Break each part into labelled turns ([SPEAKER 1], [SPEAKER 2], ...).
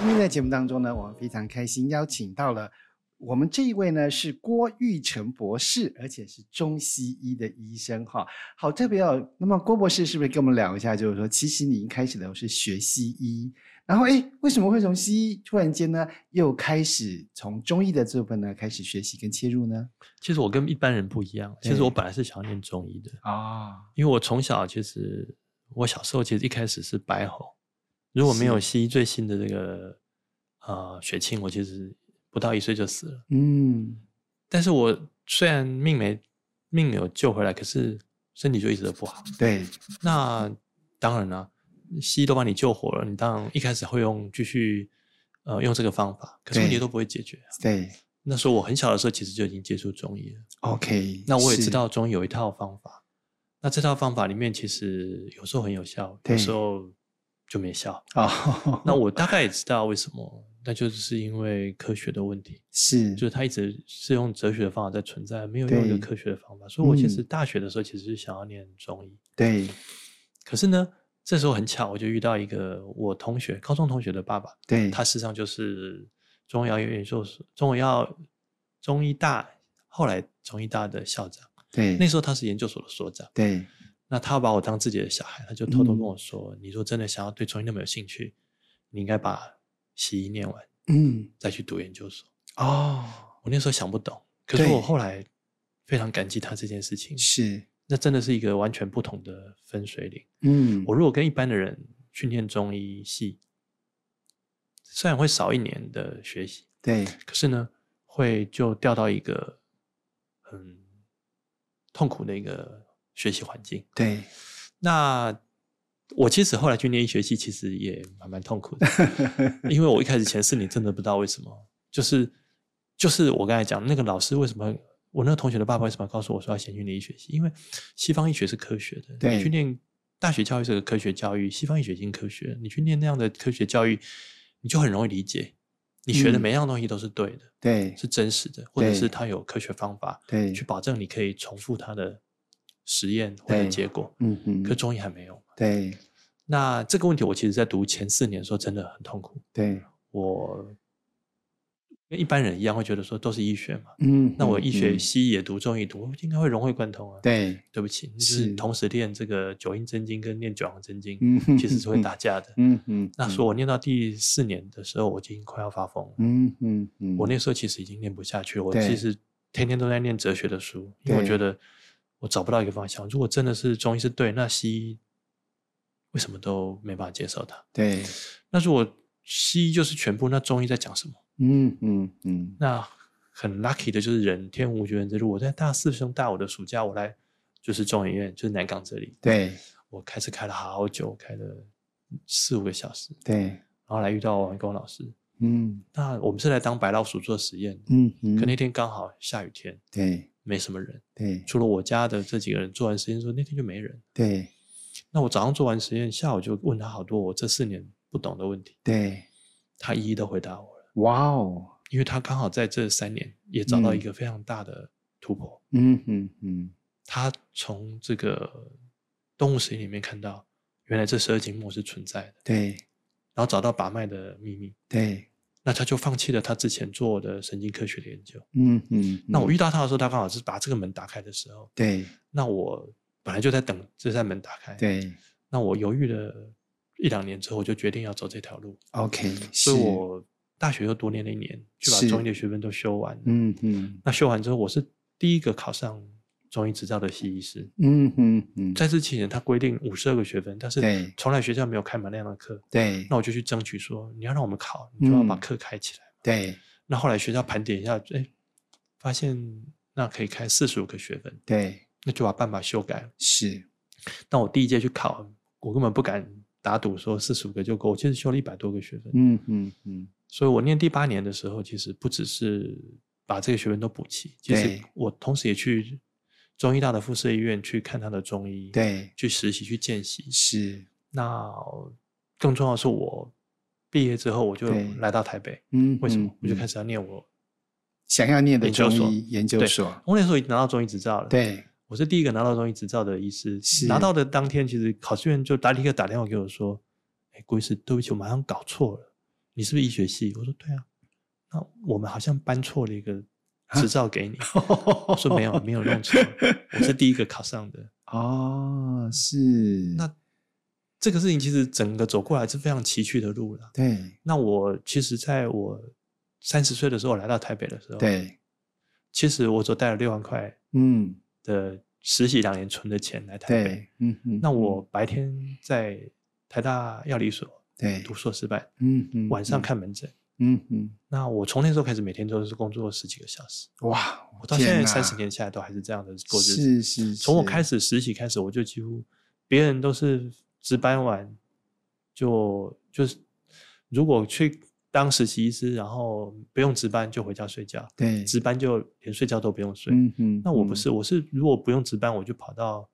[SPEAKER 1] 天在节目当中呢，我们非常开心邀请到了我们这一位呢是郭玉成博士，而且是中西医的医生哈，好特别哦。那么郭博士是不是跟我们聊一下，就是说，其实你一开始的时候是学西医，然后哎，为什么会从西医突然间呢又开始从中医的这部分呢开始学习跟切入呢？
[SPEAKER 2] 其实我跟一般人不一样，其实我本来是想要念中医的，
[SPEAKER 1] 啊，
[SPEAKER 2] 因为我从小其实我小时候其实一开始是白喉，如果没有
[SPEAKER 1] 是
[SPEAKER 2] 西医最新的这个呃血清，我其实不到一岁就死了。
[SPEAKER 1] 嗯，
[SPEAKER 2] 但是我虽然命没命没有救回来，可是身体就一直都不好。
[SPEAKER 1] 对，
[SPEAKER 2] 那当然啦、西医都把你救活了，你当然一开始会用继续呃用这个方法，可是
[SPEAKER 1] 对
[SPEAKER 2] 问题都不会解决啊。
[SPEAKER 1] 对
[SPEAKER 2] 那时候我很小的时候，其实就已经接触中医了。
[SPEAKER 1] 哦，OK，
[SPEAKER 2] 那我也
[SPEAKER 1] 是
[SPEAKER 2] 知，道中医有一套方法，那这套方法里面其实有时候很有效，
[SPEAKER 1] 对
[SPEAKER 2] 有时候就没效。
[SPEAKER 1] 哦，
[SPEAKER 2] 那我大概也知道为什么，那就是因为科学的问题，
[SPEAKER 1] 是
[SPEAKER 2] 就是它一直是用哲学的方法在存在，没有用一个
[SPEAKER 1] 对
[SPEAKER 2] 科学的方法。所以我其实
[SPEAKER 1] 嗯
[SPEAKER 2] 大学的时候其实是想要念中医，
[SPEAKER 1] 对
[SPEAKER 2] 可是呢，这时候很巧，我就遇到一个我同学，高中同学的爸爸，
[SPEAKER 1] 对，
[SPEAKER 2] 他事实上就是中医药研究所，中医药中医大后来中医大的校长。
[SPEAKER 1] 对
[SPEAKER 2] 那时候他是研究所的所长，
[SPEAKER 1] 对
[SPEAKER 2] 那他把我当自己的小孩，他就偷偷
[SPEAKER 1] 嗯
[SPEAKER 2] 跟我说：“你说真的想要对中医那么有兴趣，你应该把西医念完
[SPEAKER 1] 嗯
[SPEAKER 2] 再去读研究所。
[SPEAKER 1] 哦”
[SPEAKER 2] 我那时候想不懂，可是
[SPEAKER 1] 对
[SPEAKER 2] 我后来非常感激他这件事情。
[SPEAKER 1] 是
[SPEAKER 2] 那真的是一个完全不同的分水岭。
[SPEAKER 1] 嗯
[SPEAKER 2] 我如果跟一般的人去念中医系，虽然会少一年的学习，
[SPEAKER 1] 对
[SPEAKER 2] 可是呢，会就掉到一个很痛苦的一个学习环境。
[SPEAKER 1] 对
[SPEAKER 2] 那我其实后来去念医学系，其实也还蛮 痛苦的，因为我一开始前四年真的不知道为什么，就是就是我刚才讲那个老师为什么。我那个同学的爸爸为什么告诉我说要先去念医学系？因为西方医学是科学的，
[SPEAKER 1] 对
[SPEAKER 2] 你去念大学教育是个科学教育，西方医学已经科学，你去念那样的科学教育，你就很容易理解，你学的
[SPEAKER 1] 嗯
[SPEAKER 2] 每样东西都是对的，
[SPEAKER 1] 对
[SPEAKER 2] 是真实的，或者
[SPEAKER 1] 对
[SPEAKER 2] 是它有科学方法
[SPEAKER 1] 对
[SPEAKER 2] 去保证你可以重复它的实验或者
[SPEAKER 1] 对
[SPEAKER 2] 结果。
[SPEAKER 1] 嗯嗯
[SPEAKER 2] 可中医还没有。
[SPEAKER 1] 对
[SPEAKER 2] 那这个问题，我其实在读前四年的时候真的很痛苦。
[SPEAKER 1] 对
[SPEAKER 2] 我跟一般人一样，会觉得说都是医学嘛，
[SPEAKER 1] 嗯
[SPEAKER 2] 那我医学
[SPEAKER 1] 嗯
[SPEAKER 2] 西医也读，中医也读，我应该会融会贯通啊。，
[SPEAKER 1] 对
[SPEAKER 2] 对不起，就是
[SPEAKER 1] 是
[SPEAKER 2] 同时练这个九阴真经跟练九阳真经，
[SPEAKER 1] 嗯
[SPEAKER 2] 其实是会打架的。
[SPEAKER 1] 嗯嗯
[SPEAKER 2] 那所以我念到第四年的时候，我已经快要发疯了。
[SPEAKER 1] 嗯嗯嗯
[SPEAKER 2] 我那时候其实已经念不下去了，我
[SPEAKER 1] 对
[SPEAKER 2] 其实天天都在念哲学的书，因为我
[SPEAKER 1] 对
[SPEAKER 2] 觉得我找不到一个方向。如果真的是中医是对，那西医为什么都没办法接受它？
[SPEAKER 1] 对
[SPEAKER 2] 那如果西医就是全部，那中医在讲什么？
[SPEAKER 1] 嗯嗯嗯
[SPEAKER 2] 那很 lucky 的就是人天无绝人之路。我在大四升大五的暑假，我来就是中研院，就是南港这里，
[SPEAKER 1] 对
[SPEAKER 2] 我开车开了好久，开了四五个小时，
[SPEAKER 1] 对
[SPEAKER 2] 然后来遇到王光老师。
[SPEAKER 1] 嗯
[SPEAKER 2] 那我们是来当白老鼠做实验的，
[SPEAKER 1] 嗯嗯
[SPEAKER 2] 可那天刚好下雨天，
[SPEAKER 1] 对
[SPEAKER 2] 没什么人。
[SPEAKER 1] 对
[SPEAKER 2] 除了我家的这几个人做完实验之后，那天就没人。
[SPEAKER 1] 对
[SPEAKER 2] 那我早上做完实验，下午就问他好多我这四年不懂的问题，
[SPEAKER 1] 对
[SPEAKER 2] 他一一都回答我了。
[SPEAKER 1] 哇哦
[SPEAKER 2] 因为他刚好在这三年也找到
[SPEAKER 1] 嗯
[SPEAKER 2] 一个非常大的突破，
[SPEAKER 1] 嗯嗯嗯
[SPEAKER 2] 他从这个动物实验里面看到，原来这十二经脉是存在的，
[SPEAKER 1] 对
[SPEAKER 2] 然后找到把脉的秘密。
[SPEAKER 1] 对
[SPEAKER 2] 那他就放弃了他之前做的神经科学的研究。
[SPEAKER 1] 嗯嗯
[SPEAKER 2] 那我
[SPEAKER 1] 嗯
[SPEAKER 2] 遇到他的时候，他刚好是把这个门打开的时候，
[SPEAKER 1] 对
[SPEAKER 2] 那我本来就在等这扇门打开。
[SPEAKER 1] 对
[SPEAKER 2] 那我犹豫了一两年之后，我就决定要走这条路，
[SPEAKER 1] OK
[SPEAKER 2] 所
[SPEAKER 1] 是
[SPEAKER 2] 以我大学又多念了一年，去把
[SPEAKER 1] 是
[SPEAKER 2] 中医的学分都修完了。
[SPEAKER 1] 嗯嗯
[SPEAKER 2] 那修完之后，我是第一个考上中医执照的西医师。
[SPEAKER 1] 嗯嗯嗯
[SPEAKER 2] 在这期间，他规定五十二个学分，但是
[SPEAKER 1] 对
[SPEAKER 2] 从来学校没有开满那样的课。
[SPEAKER 1] 对
[SPEAKER 2] 那我就去争取说，你要让我们考，你就要把
[SPEAKER 1] 嗯
[SPEAKER 2] 课开起来。
[SPEAKER 1] 对
[SPEAKER 2] 那后来学校盘点一下，哎，发现那可以开四十五个学分，
[SPEAKER 1] 对
[SPEAKER 2] 那就把办法修改了。
[SPEAKER 1] 是
[SPEAKER 2] 但我第一届去考，我根本不敢打赌说四十五个就够，我其实修了一百多个学分。
[SPEAKER 1] 嗯嗯嗯
[SPEAKER 2] 所以我念第八年的时候，其实不只是把这个学分都补齐，其实
[SPEAKER 1] 对
[SPEAKER 2] 我同时也去中医大的附设医院去看他的中医，，
[SPEAKER 1] 对
[SPEAKER 2] 去实习去见习。
[SPEAKER 1] 是
[SPEAKER 2] 那更重要的是，我毕业之后我就
[SPEAKER 1] 对
[SPEAKER 2] 来到台北，
[SPEAKER 1] 嗯
[SPEAKER 2] 为什么？
[SPEAKER 1] 嗯
[SPEAKER 2] 我就开
[SPEAKER 1] 嗯
[SPEAKER 2] 始要念我，
[SPEAKER 1] 想要念的
[SPEAKER 2] 研究
[SPEAKER 1] 中
[SPEAKER 2] 所
[SPEAKER 1] 医研究
[SPEAKER 2] 对
[SPEAKER 1] 所，
[SPEAKER 2] 我那时候已经拿到中医执照了，，
[SPEAKER 1] 对
[SPEAKER 2] 我是第一个拿到中医执照的医师
[SPEAKER 1] 是。
[SPEAKER 2] 拿到的当天，其实考试院就打立刻打电话给我说：“哎，郭医师，对不起，我马上搞错了，你是不是医学系？我说对啊。那我们好像颁错了一个
[SPEAKER 1] 啊
[SPEAKER 2] 执照 给你。我 说没有，没有弄错，我是第一个考上的。
[SPEAKER 1] 哦，是，
[SPEAKER 2] 那这个事情其实整个走过来是非常崎岖的路了。
[SPEAKER 1] 对
[SPEAKER 2] 那我其实在我三十岁的时候来到台北的时候，，
[SPEAKER 1] 对，
[SPEAKER 2] 其实我只带了六万块
[SPEAKER 1] 嗯，
[SPEAKER 2] 的实习两年存的钱来台北。
[SPEAKER 1] 对，嗯嗯，
[SPEAKER 2] 那我白天在台大药理所
[SPEAKER 1] 对
[SPEAKER 2] 读，硕士班，
[SPEAKER 1] 嗯嗯，
[SPEAKER 2] 晚上
[SPEAKER 1] 嗯，
[SPEAKER 2] 看门诊。
[SPEAKER 1] 嗯嗯，
[SPEAKER 2] 那我从那时候开始，每天都是工作十几个小时。
[SPEAKER 1] 哇，
[SPEAKER 2] 我到现在
[SPEAKER 1] 天
[SPEAKER 2] 三十
[SPEAKER 1] 哪
[SPEAKER 2] 年下来都还是这样的过日
[SPEAKER 1] 是
[SPEAKER 2] 子。
[SPEAKER 1] 是，
[SPEAKER 2] 从我开
[SPEAKER 1] 始，
[SPEAKER 2] 始实习开始，我就几乎别人都是值班完就就是，如果去当实习医师，然后不用值班就回家睡觉，
[SPEAKER 1] 对，
[SPEAKER 2] 值班就连睡觉都不用睡。
[SPEAKER 1] 嗯嗯，
[SPEAKER 2] 那我不
[SPEAKER 1] 嗯
[SPEAKER 2] 是，，我是如果不用值班，我就跑到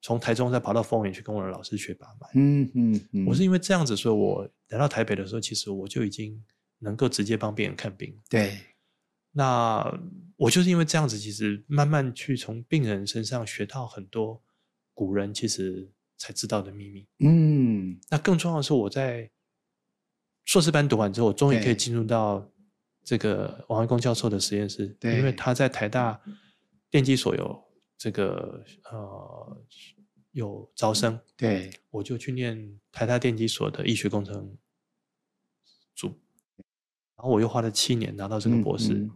[SPEAKER 2] 从台中再跑到丰原去跟我的老师学把脉。
[SPEAKER 1] 嗯嗯嗯，
[SPEAKER 2] 我是因为这样子，所以我来到台北的时候，其实我就已经能够直接帮病人看病。
[SPEAKER 1] 对，
[SPEAKER 2] 那我就是因为这样子，其实慢慢去从病人身上学到很多古人其实才知道的秘密。
[SPEAKER 1] 嗯，
[SPEAKER 2] 那更重要的是，我在硕士班读完之后，我终于可
[SPEAKER 1] 对
[SPEAKER 2] 以进入到这个王维公教授的实验室，
[SPEAKER 1] 对
[SPEAKER 2] 因为他在台大电机所有这个呃有招生，
[SPEAKER 1] 嗯对，
[SPEAKER 2] 我就去念台大电机所的医学工程组，然后我又花了七年拿到这个
[SPEAKER 1] 嗯
[SPEAKER 2] 博士。
[SPEAKER 1] 嗯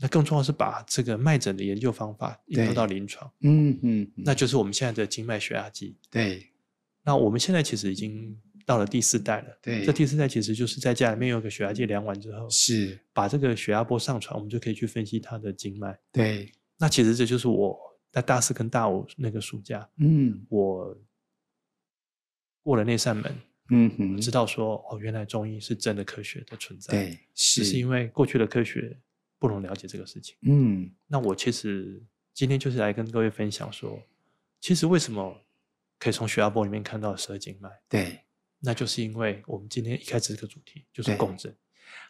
[SPEAKER 2] 那更重要的是把这个脉诊的研究方法引
[SPEAKER 1] 对
[SPEAKER 2] 入到临床，
[SPEAKER 1] 嗯嗯，
[SPEAKER 2] 那
[SPEAKER 1] 嗯
[SPEAKER 2] 就是我们现在的经脉血压计。
[SPEAKER 1] 对
[SPEAKER 2] 那我们现在其实已经到了第四代了。
[SPEAKER 1] 对，
[SPEAKER 2] 这第四代其实就是在家里面有个血压计量完之后，
[SPEAKER 1] 是，
[SPEAKER 2] 把这个血压波上传，我们就可以去分析它的经脉。
[SPEAKER 1] 对，
[SPEAKER 2] 那其实这就是我在大四跟大五那个暑假，
[SPEAKER 1] 嗯
[SPEAKER 2] 我过了那扇门，
[SPEAKER 1] 嗯嗯，
[SPEAKER 2] 知道说哦，原来中医是真的科学的存在。，
[SPEAKER 1] 对，
[SPEAKER 2] 只
[SPEAKER 1] 是，
[SPEAKER 2] 是因为过去的科学不能了解这个事情。
[SPEAKER 1] 嗯，
[SPEAKER 2] 那我其实今天就是来跟各位分享说，其实为什么可以从血压波里面看到十二经脉，
[SPEAKER 1] 对。
[SPEAKER 2] 那就是因为我们今天一开始这个主题就是
[SPEAKER 1] 对
[SPEAKER 2] 共振。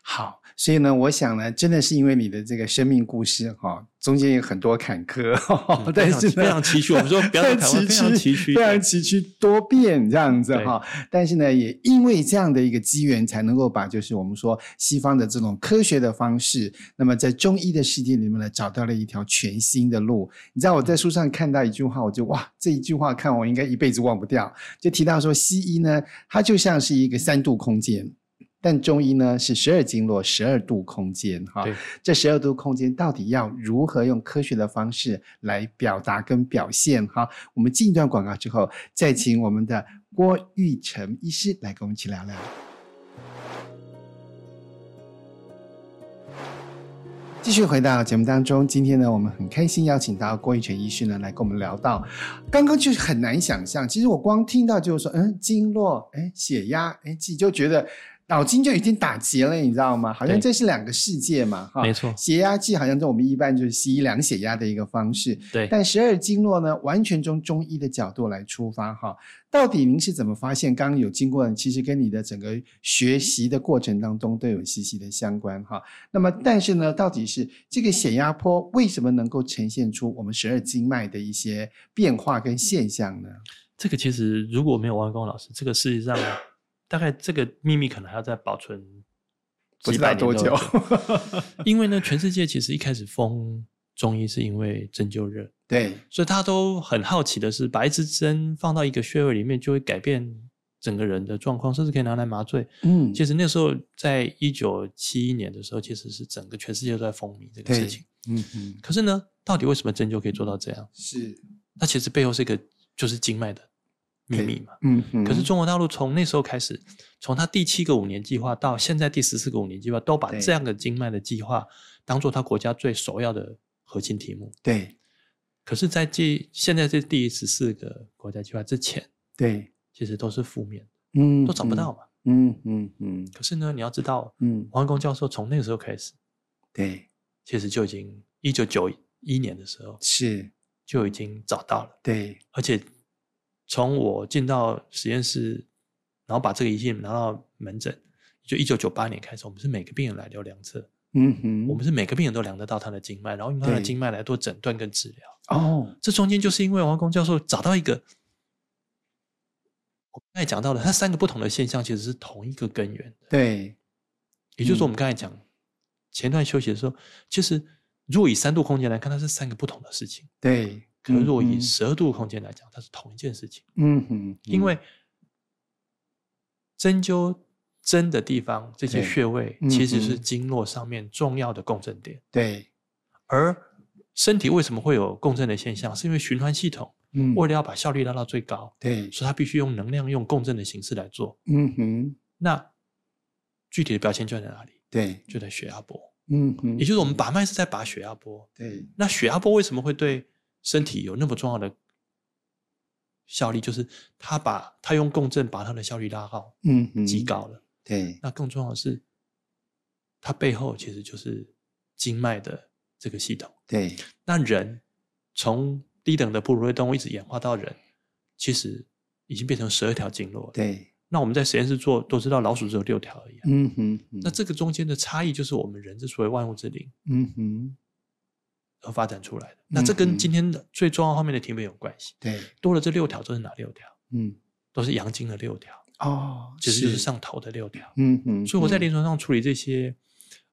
[SPEAKER 1] 好，所以呢，我想呢，真的是因为你的这个生命故事哈、中间有很多坎坷，哈，
[SPEAKER 2] 嗯
[SPEAKER 1] 但
[SPEAKER 2] 非
[SPEAKER 1] 是
[SPEAKER 2] 常
[SPEAKER 1] 呢
[SPEAKER 2] 非常崎岖我们说不要
[SPEAKER 1] 非
[SPEAKER 2] 再
[SPEAKER 1] 常
[SPEAKER 2] 谈了非常崎岖
[SPEAKER 1] 非常
[SPEAKER 2] 对
[SPEAKER 1] 崎岖多变这样子哈、但是呢，也因为这样的一个机缘，才能够把就是我们说西方的这种科学的方式，那么在中医的世界里面呢，找到了一条全新的路。你知道我在书上看到一句话，我就哇，这一句话看我应该一辈子忘不掉。就提到说，西医呢，它就像是一个三度空间。但中医呢是十二经络、十二度空间哈，
[SPEAKER 2] 对
[SPEAKER 1] 这十二度空间到底要如何用科学的方式来表达跟表现哈？我们进一段广告之后，再请我们的郭玉成医师来跟我们一起聊聊。继续回到节目当中，今天呢，我们很开心邀请到郭玉成医师呢来跟我们聊到，刚刚就是很难想象，其实我光听到就是说，嗯，经络，哎，血压，哎，自己就觉得脑筋就已经打结了，你知道吗？好像
[SPEAKER 2] 对
[SPEAKER 1] 这是两个世界嘛，哈，
[SPEAKER 2] 没错，
[SPEAKER 1] 血压计好像在我们一般就是西医量血压的一个方式，
[SPEAKER 2] 对。
[SPEAKER 1] 但十二经络呢，完全从中医的角度来出发哈。到底您是怎么发现？刚刚有经过，其实跟你的整个学习的过程当中都有息息的相关哈。那么，但是呢，到底是这个血压波为什么能够呈现出我们十二经脉的一些变化跟现象呢？
[SPEAKER 2] 这个其实如果没有王光老师，这个世界上大概这个秘密可能还要再保存
[SPEAKER 1] 不
[SPEAKER 2] 几
[SPEAKER 1] 知道
[SPEAKER 2] 百年
[SPEAKER 1] 多
[SPEAKER 2] 都
[SPEAKER 1] 久
[SPEAKER 2] 有可能。因为呢，全世界其实一开始封中医是因为针灸热，
[SPEAKER 1] 对
[SPEAKER 2] 所以大家都很好奇的是，把一支针放到一个穴位里面，就会改变整个人的状况，甚至可以拿来麻醉。
[SPEAKER 1] 嗯，
[SPEAKER 2] 其实那时候，在一九七一年的时候，其实是整个全世界都在风靡这个
[SPEAKER 1] 对
[SPEAKER 2] 事情。
[SPEAKER 1] 嗯嗯，
[SPEAKER 2] 可是呢，到底为什么针灸可以做到这样？
[SPEAKER 1] 是，
[SPEAKER 2] 那其实背后是一个就是经脉的秘密嘛。
[SPEAKER 1] 嗯嗯，
[SPEAKER 2] 可是中国大陆从那时候开始，从他第七个五年计划到现在第十四个五年计划，都把
[SPEAKER 1] 对
[SPEAKER 2] 这样的经脉的计划当做他国家最首要的核心题目。
[SPEAKER 1] 对
[SPEAKER 2] 可是，在这现在这第十四个国家计划之前，
[SPEAKER 1] 对，
[SPEAKER 2] 其实都是负面，
[SPEAKER 1] 嗯，
[SPEAKER 2] 都找不到嘛。
[SPEAKER 1] 嗯，嗯嗯嗯
[SPEAKER 2] 可是呢，你要知道，
[SPEAKER 1] 嗯，
[SPEAKER 2] 王光教授从那个时候开始，
[SPEAKER 1] 对，
[SPEAKER 2] 其实就已经一九九一年的时候
[SPEAKER 1] 是，
[SPEAKER 2] 就已经找到了，
[SPEAKER 1] 对
[SPEAKER 2] 而且从我进到实验室，然后把这个仪器拿到门诊，就一九九八年开始，我们是每个病人来量量测，
[SPEAKER 1] 嗯哼，
[SPEAKER 2] 我们是每个病人都量得到他的经脉，然后用他的
[SPEAKER 1] 对
[SPEAKER 2] 经脉来做诊断跟治疗。
[SPEAKER 1] 哦，
[SPEAKER 2] 这中间就是因为王光教授找到一个，我刚才讲到的，它三个不同的现象其实是同一个根源的。
[SPEAKER 1] 对
[SPEAKER 2] 也就是说，
[SPEAKER 1] 嗯
[SPEAKER 2] 我们刚才讲前段休息的时候，其实若以三度空间来看，它是三个不同的事情；
[SPEAKER 1] 对，
[SPEAKER 2] 可是若以
[SPEAKER 1] 嗯
[SPEAKER 2] 十二度空间来讲，它是同一件事情。
[SPEAKER 1] 嗯哼，
[SPEAKER 2] 因为针灸针的地方，这些
[SPEAKER 1] 对
[SPEAKER 2] 穴位
[SPEAKER 1] 嗯
[SPEAKER 2] 其实是
[SPEAKER 1] 嗯
[SPEAKER 2] 经络上面重要的共振点。
[SPEAKER 1] 对，
[SPEAKER 2] 而身体为什么会有共振的现象？是因为循环系统
[SPEAKER 1] 嗯，
[SPEAKER 2] 为了要把效率拉到最高，
[SPEAKER 1] 对，
[SPEAKER 2] 所以它必须用能量、用共振的形式来做。
[SPEAKER 1] 嗯哼，
[SPEAKER 2] 那具体的表现就在哪里？
[SPEAKER 1] 对，
[SPEAKER 2] 就在血压波，
[SPEAKER 1] 嗯哼，
[SPEAKER 2] 也就是我们把脉是在把血压波。
[SPEAKER 1] 对，
[SPEAKER 2] 那血压波为什么会对身体有那么重要的效力？就是它把它用共振把它的效率拉高，
[SPEAKER 1] 嗯哼，
[SPEAKER 2] 极，高了。
[SPEAKER 1] 对，
[SPEAKER 2] 那更重要的是，它背后其实就是经脉的这个系统。
[SPEAKER 1] 对，
[SPEAKER 2] 那人从低等的哺乳类动物一直演化到人，其实已经变成十二条经络了。
[SPEAKER 1] 对，
[SPEAKER 2] 那我们在实验室做都知道，老鼠只有六条而已啊、
[SPEAKER 1] 嗯哼，
[SPEAKER 2] 那，这个中间的差异，就是我们人之所以万物之灵
[SPEAKER 1] 嗯哼，
[SPEAKER 2] 而发展出来的。
[SPEAKER 1] 嗯
[SPEAKER 2] 那这跟今天的最重要方面的题目有关系。
[SPEAKER 1] 对，
[SPEAKER 2] 多了这六条，都是哪六条？
[SPEAKER 1] 嗯，
[SPEAKER 2] 都是阳经的六条，
[SPEAKER 1] 哦，
[SPEAKER 2] 其实就是，上头的六条。
[SPEAKER 1] 嗯哼，
[SPEAKER 2] 所以我在
[SPEAKER 1] 嗯
[SPEAKER 2] 临床上处理这些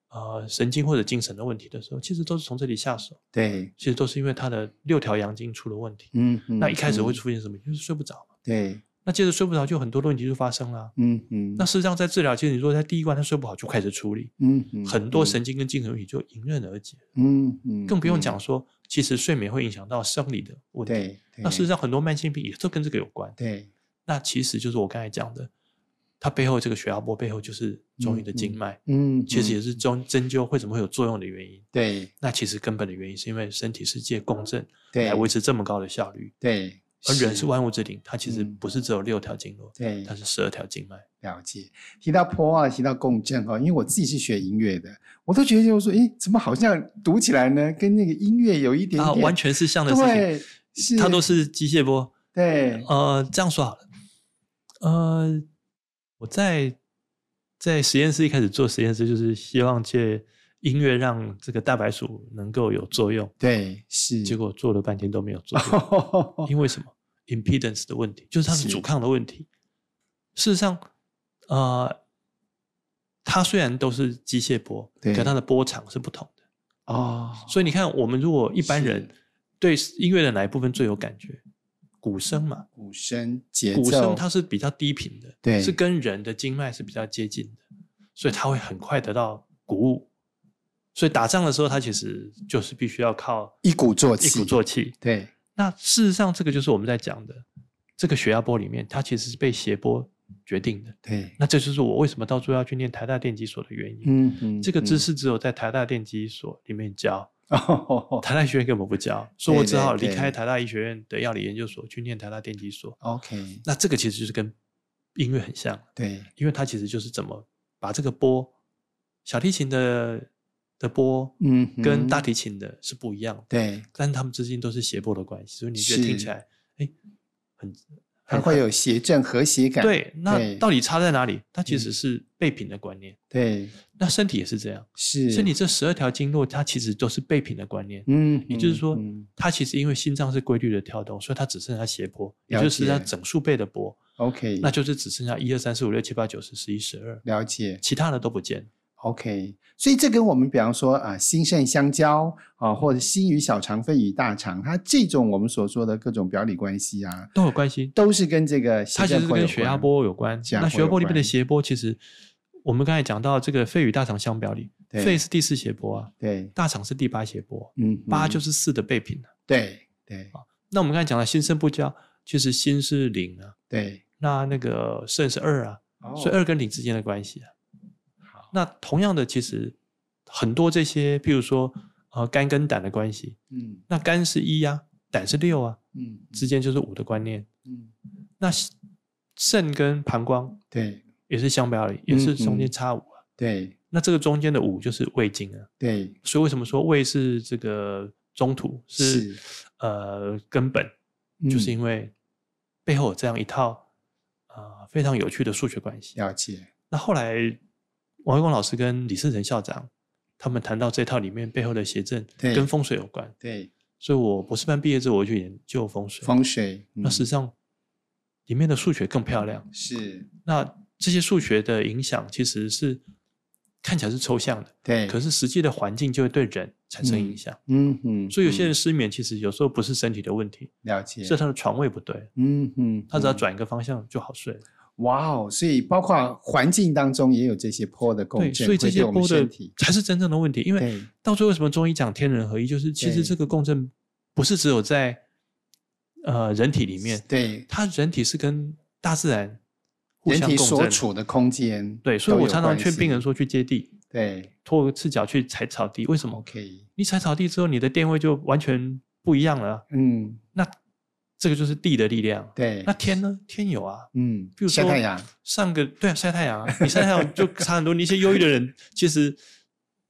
[SPEAKER 2] 呃神经或者精神的问题的时候，其实都是从这里下手，
[SPEAKER 1] 对，
[SPEAKER 2] 其实都是因为他的六条阳经出了问题。
[SPEAKER 1] 嗯哼，
[SPEAKER 2] 那一开始
[SPEAKER 1] 嗯，
[SPEAKER 2] 会出现什么？就是睡不着嘛。
[SPEAKER 1] 对，
[SPEAKER 2] 那接着睡不着，就很多问题就发生了啊。
[SPEAKER 1] 嗯哼，
[SPEAKER 2] 那事实上，在治疗，其实你说在第一关他睡不好就开始处理，
[SPEAKER 1] 嗯哼，
[SPEAKER 2] 很多神经跟精神问题就迎刃而解，
[SPEAKER 1] 嗯，嗯嗯，
[SPEAKER 2] 更不用
[SPEAKER 1] 嗯，
[SPEAKER 2] 讲说，其实睡眠会影响到生理的问题。
[SPEAKER 1] 对，
[SPEAKER 2] 那事实上，很多慢性病也都跟这个有关。
[SPEAKER 1] 对，
[SPEAKER 2] 那其实就是我刚才讲的，它背后这个血压波背后就是中医的经脉，
[SPEAKER 1] 嗯，
[SPEAKER 2] 其
[SPEAKER 1] 嗯
[SPEAKER 2] 实也是中针灸为什么会有作用的原因。
[SPEAKER 1] 对，
[SPEAKER 2] 那其实根本的原因是因为身体是借共振
[SPEAKER 1] 对
[SPEAKER 2] 来，维持这么高的效率，
[SPEAKER 1] 对，
[SPEAKER 2] 而人是万物之灵，它其实
[SPEAKER 1] 嗯
[SPEAKER 2] 不是只有六条经络，
[SPEAKER 1] 对，
[SPEAKER 2] 它是十二条经脉。
[SPEAKER 1] 了解，提到坡啊，提到共振哈，因为我自己是学音乐的，我都觉得就是说，诶，怎么好像读起来呢，跟那个音乐有一点
[SPEAKER 2] 啊，
[SPEAKER 1] 点
[SPEAKER 2] 完全是像的
[SPEAKER 1] 对
[SPEAKER 2] 事，
[SPEAKER 1] 是
[SPEAKER 2] 情，它都是机械波。
[SPEAKER 1] 对，
[SPEAKER 2] 呃，这样说好了，呃，我在在实验室一开始做实验室，就是希望借音乐让这个大白鼠能够有作用，
[SPEAKER 1] 对，是
[SPEAKER 2] 结果 做了半天都没有作用。 因为什么？impedance 的问题，就是它
[SPEAKER 1] 是
[SPEAKER 2] 的阻抗的问题。事实上，呃，它虽然都是机械波，
[SPEAKER 1] 对
[SPEAKER 2] 可它的波长是不同的。
[SPEAKER 1] 哦，
[SPEAKER 2] 所以你看，我们如果一般
[SPEAKER 1] 是
[SPEAKER 2] 人对音乐的哪一部分最有感觉？鼓声嘛，
[SPEAKER 1] 鼓声节奏，
[SPEAKER 2] 鼓声它是比较低频的，
[SPEAKER 1] 对
[SPEAKER 2] 是跟人的经脉是比较接近的，所以它会很快得到鼓舞。所以打仗的时候，它其实就是必须要靠
[SPEAKER 1] 一鼓作
[SPEAKER 2] 一
[SPEAKER 1] 气，
[SPEAKER 2] 鼓作气，
[SPEAKER 1] 对，
[SPEAKER 2] 那事实上，这个就是我们在讲的这个血压波里面，它其实是被斜波决定的。
[SPEAKER 1] 对，
[SPEAKER 2] 那这就是我为什么到最后要去念台大电机所的原因。
[SPEAKER 1] 嗯嗯，
[SPEAKER 2] 这个知
[SPEAKER 1] 嗯，
[SPEAKER 2] 识只有在台大电机所里面教，
[SPEAKER 1] 哦
[SPEAKER 2] 台大医学院根本不教，所以
[SPEAKER 1] 对
[SPEAKER 2] 我只好
[SPEAKER 1] 对
[SPEAKER 2] 离
[SPEAKER 1] 对
[SPEAKER 2] 开台大医学院的药理研究所去念台大电机所。
[SPEAKER 1] ，OK，
[SPEAKER 2] 那这个其实就是跟音乐很像，
[SPEAKER 1] 对，
[SPEAKER 2] 因为它其实就是怎么把这个波，小提琴的的波
[SPEAKER 1] 嗯，
[SPEAKER 2] 跟
[SPEAKER 1] 嗯
[SPEAKER 2] 大提琴的是不一样的。
[SPEAKER 1] 对，
[SPEAKER 2] 但是他们之间都是斜坡的关系，所以你觉得听
[SPEAKER 1] 是
[SPEAKER 2] 起来，哎，很
[SPEAKER 1] 它会有谐振和谐感，
[SPEAKER 2] 对。
[SPEAKER 1] 对
[SPEAKER 2] 那到底差在哪里？它其
[SPEAKER 1] 嗯
[SPEAKER 2] 实是背平的观念。
[SPEAKER 1] 对，
[SPEAKER 2] 那身体也是这样，
[SPEAKER 1] 是，
[SPEAKER 2] 身体这十二条经络，它其实都是背平的观念。
[SPEAKER 1] 嗯，嗯，
[SPEAKER 2] 也就是说
[SPEAKER 1] 嗯，
[SPEAKER 2] 它其实因为心脏是规律的跳动，所以它只剩下斜坡，也
[SPEAKER 1] 了
[SPEAKER 2] 就是它
[SPEAKER 1] 解
[SPEAKER 2] 整数倍的波，
[SPEAKER 1] ，OK，
[SPEAKER 2] 那就是只剩下一二三四五六七八九十十一十二，
[SPEAKER 1] 了解。
[SPEAKER 2] 其他的都不见了。
[SPEAKER 1] OK，所以这跟我们比方说啊，心肾相交啊，或者心与小肠、肺与大肠，它这种我们所说的各种表里关系啊，
[SPEAKER 2] 都有关系。
[SPEAKER 1] 都是跟这个
[SPEAKER 2] 它
[SPEAKER 1] 心
[SPEAKER 2] 其
[SPEAKER 1] 肾
[SPEAKER 2] 实
[SPEAKER 1] 会有
[SPEAKER 2] 跟血压
[SPEAKER 1] 关
[SPEAKER 2] 波有关。
[SPEAKER 1] 血压
[SPEAKER 2] 那
[SPEAKER 1] 波
[SPEAKER 2] 血压
[SPEAKER 1] 有
[SPEAKER 2] 波里面的
[SPEAKER 1] 关
[SPEAKER 2] 斜波，其实我们刚才讲到这个肺与大肠相表里，
[SPEAKER 1] 对
[SPEAKER 2] 肺是第四斜波啊，
[SPEAKER 1] 对，
[SPEAKER 2] 大肠是第八斜波，
[SPEAKER 1] 嗯，
[SPEAKER 2] 八
[SPEAKER 1] 嗯
[SPEAKER 2] 就是四的倍平啊、
[SPEAKER 1] 对对
[SPEAKER 2] 那我们刚才讲了心肾不交，其实心是零啊，
[SPEAKER 1] 对，
[SPEAKER 2] 那那个肾是二啊，所以
[SPEAKER 1] 哦
[SPEAKER 2] 二跟零之间的关系
[SPEAKER 1] 好
[SPEAKER 2] 啊。那同样的，其实很多这些，譬如说呃肝跟胆的关系，
[SPEAKER 1] 嗯
[SPEAKER 2] 那肝是一啊，胆是六啊，
[SPEAKER 1] 嗯
[SPEAKER 2] 之
[SPEAKER 1] 嗯
[SPEAKER 2] 间就是五的观念。
[SPEAKER 1] 嗯
[SPEAKER 2] 那肾跟膀胱
[SPEAKER 1] 对
[SPEAKER 2] 也是相表里，也是中
[SPEAKER 1] 嗯嗯
[SPEAKER 2] 间差五啊。
[SPEAKER 1] 对
[SPEAKER 2] 那这个中间的五就是胃经啊，
[SPEAKER 1] 对
[SPEAKER 2] 所以为什么说胃是这个中途是
[SPEAKER 1] 是
[SPEAKER 2] 呃根本，就是
[SPEAKER 1] 嗯
[SPEAKER 2] 因为背后有这样一套呃非常有趣的数学关系。
[SPEAKER 1] 了解，
[SPEAKER 2] 那后来王玉光老师跟李世成校长他们谈到这套里面背后的谐振
[SPEAKER 1] 对
[SPEAKER 2] 跟风水有关，
[SPEAKER 1] 对
[SPEAKER 2] 所以我博士班毕业之后我就研究风水，
[SPEAKER 1] 风水
[SPEAKER 2] 那
[SPEAKER 1] 嗯
[SPEAKER 2] 实际上里面的数学更漂亮。
[SPEAKER 1] 是
[SPEAKER 2] 那这些数学的影响其实是看起来是抽象的，
[SPEAKER 1] 对，
[SPEAKER 2] 可是实际的环境就会对人产生影响。
[SPEAKER 1] 嗯嗯，
[SPEAKER 2] 所以有些人
[SPEAKER 1] 嗯
[SPEAKER 2] 失眠，其实有时候不是身体的问题，
[SPEAKER 1] 了解，
[SPEAKER 2] 是他的床位不对，
[SPEAKER 1] 嗯嗯，
[SPEAKER 2] 他只要
[SPEAKER 1] 嗯
[SPEAKER 2] 转一个方向就好睡了。
[SPEAKER 1] 哇哦，所以包括环境当中也有这些坡的共
[SPEAKER 2] 对，
[SPEAKER 1] 振，
[SPEAKER 2] 所以这
[SPEAKER 1] 会对
[SPEAKER 2] 些
[SPEAKER 1] 我们
[SPEAKER 2] 波的
[SPEAKER 1] 身体，
[SPEAKER 2] 才是真正的问题。因为
[SPEAKER 1] 对
[SPEAKER 2] 到最后，为什么中医讲天人合一，就是其
[SPEAKER 1] 对
[SPEAKER 2] 实这个共振不是只有在呃人体里面，
[SPEAKER 1] 对
[SPEAKER 2] 它人体是跟大自然互
[SPEAKER 1] 人
[SPEAKER 2] 相
[SPEAKER 1] 体
[SPEAKER 2] 共
[SPEAKER 1] 所
[SPEAKER 2] 振
[SPEAKER 1] 处的空间，
[SPEAKER 2] 对，所以我常常劝病人
[SPEAKER 1] 说，
[SPEAKER 2] 说去接地，
[SPEAKER 1] 对
[SPEAKER 2] 拖个赤脚去踩草地。为什么？
[SPEAKER 1] ，OK，
[SPEAKER 2] 你踩草地之后，你的电位就完全不一样了啊。
[SPEAKER 1] 嗯，
[SPEAKER 2] 那这个就是地的力量。
[SPEAKER 1] 对
[SPEAKER 2] 那，天呢？天有啊。
[SPEAKER 1] 嗯，
[SPEAKER 2] 比如
[SPEAKER 1] 晒
[SPEAKER 2] 说
[SPEAKER 1] 太阳，
[SPEAKER 2] 上个对啊，晒太阳啊，你晒太阳就差很多。你一些忧郁的人，其实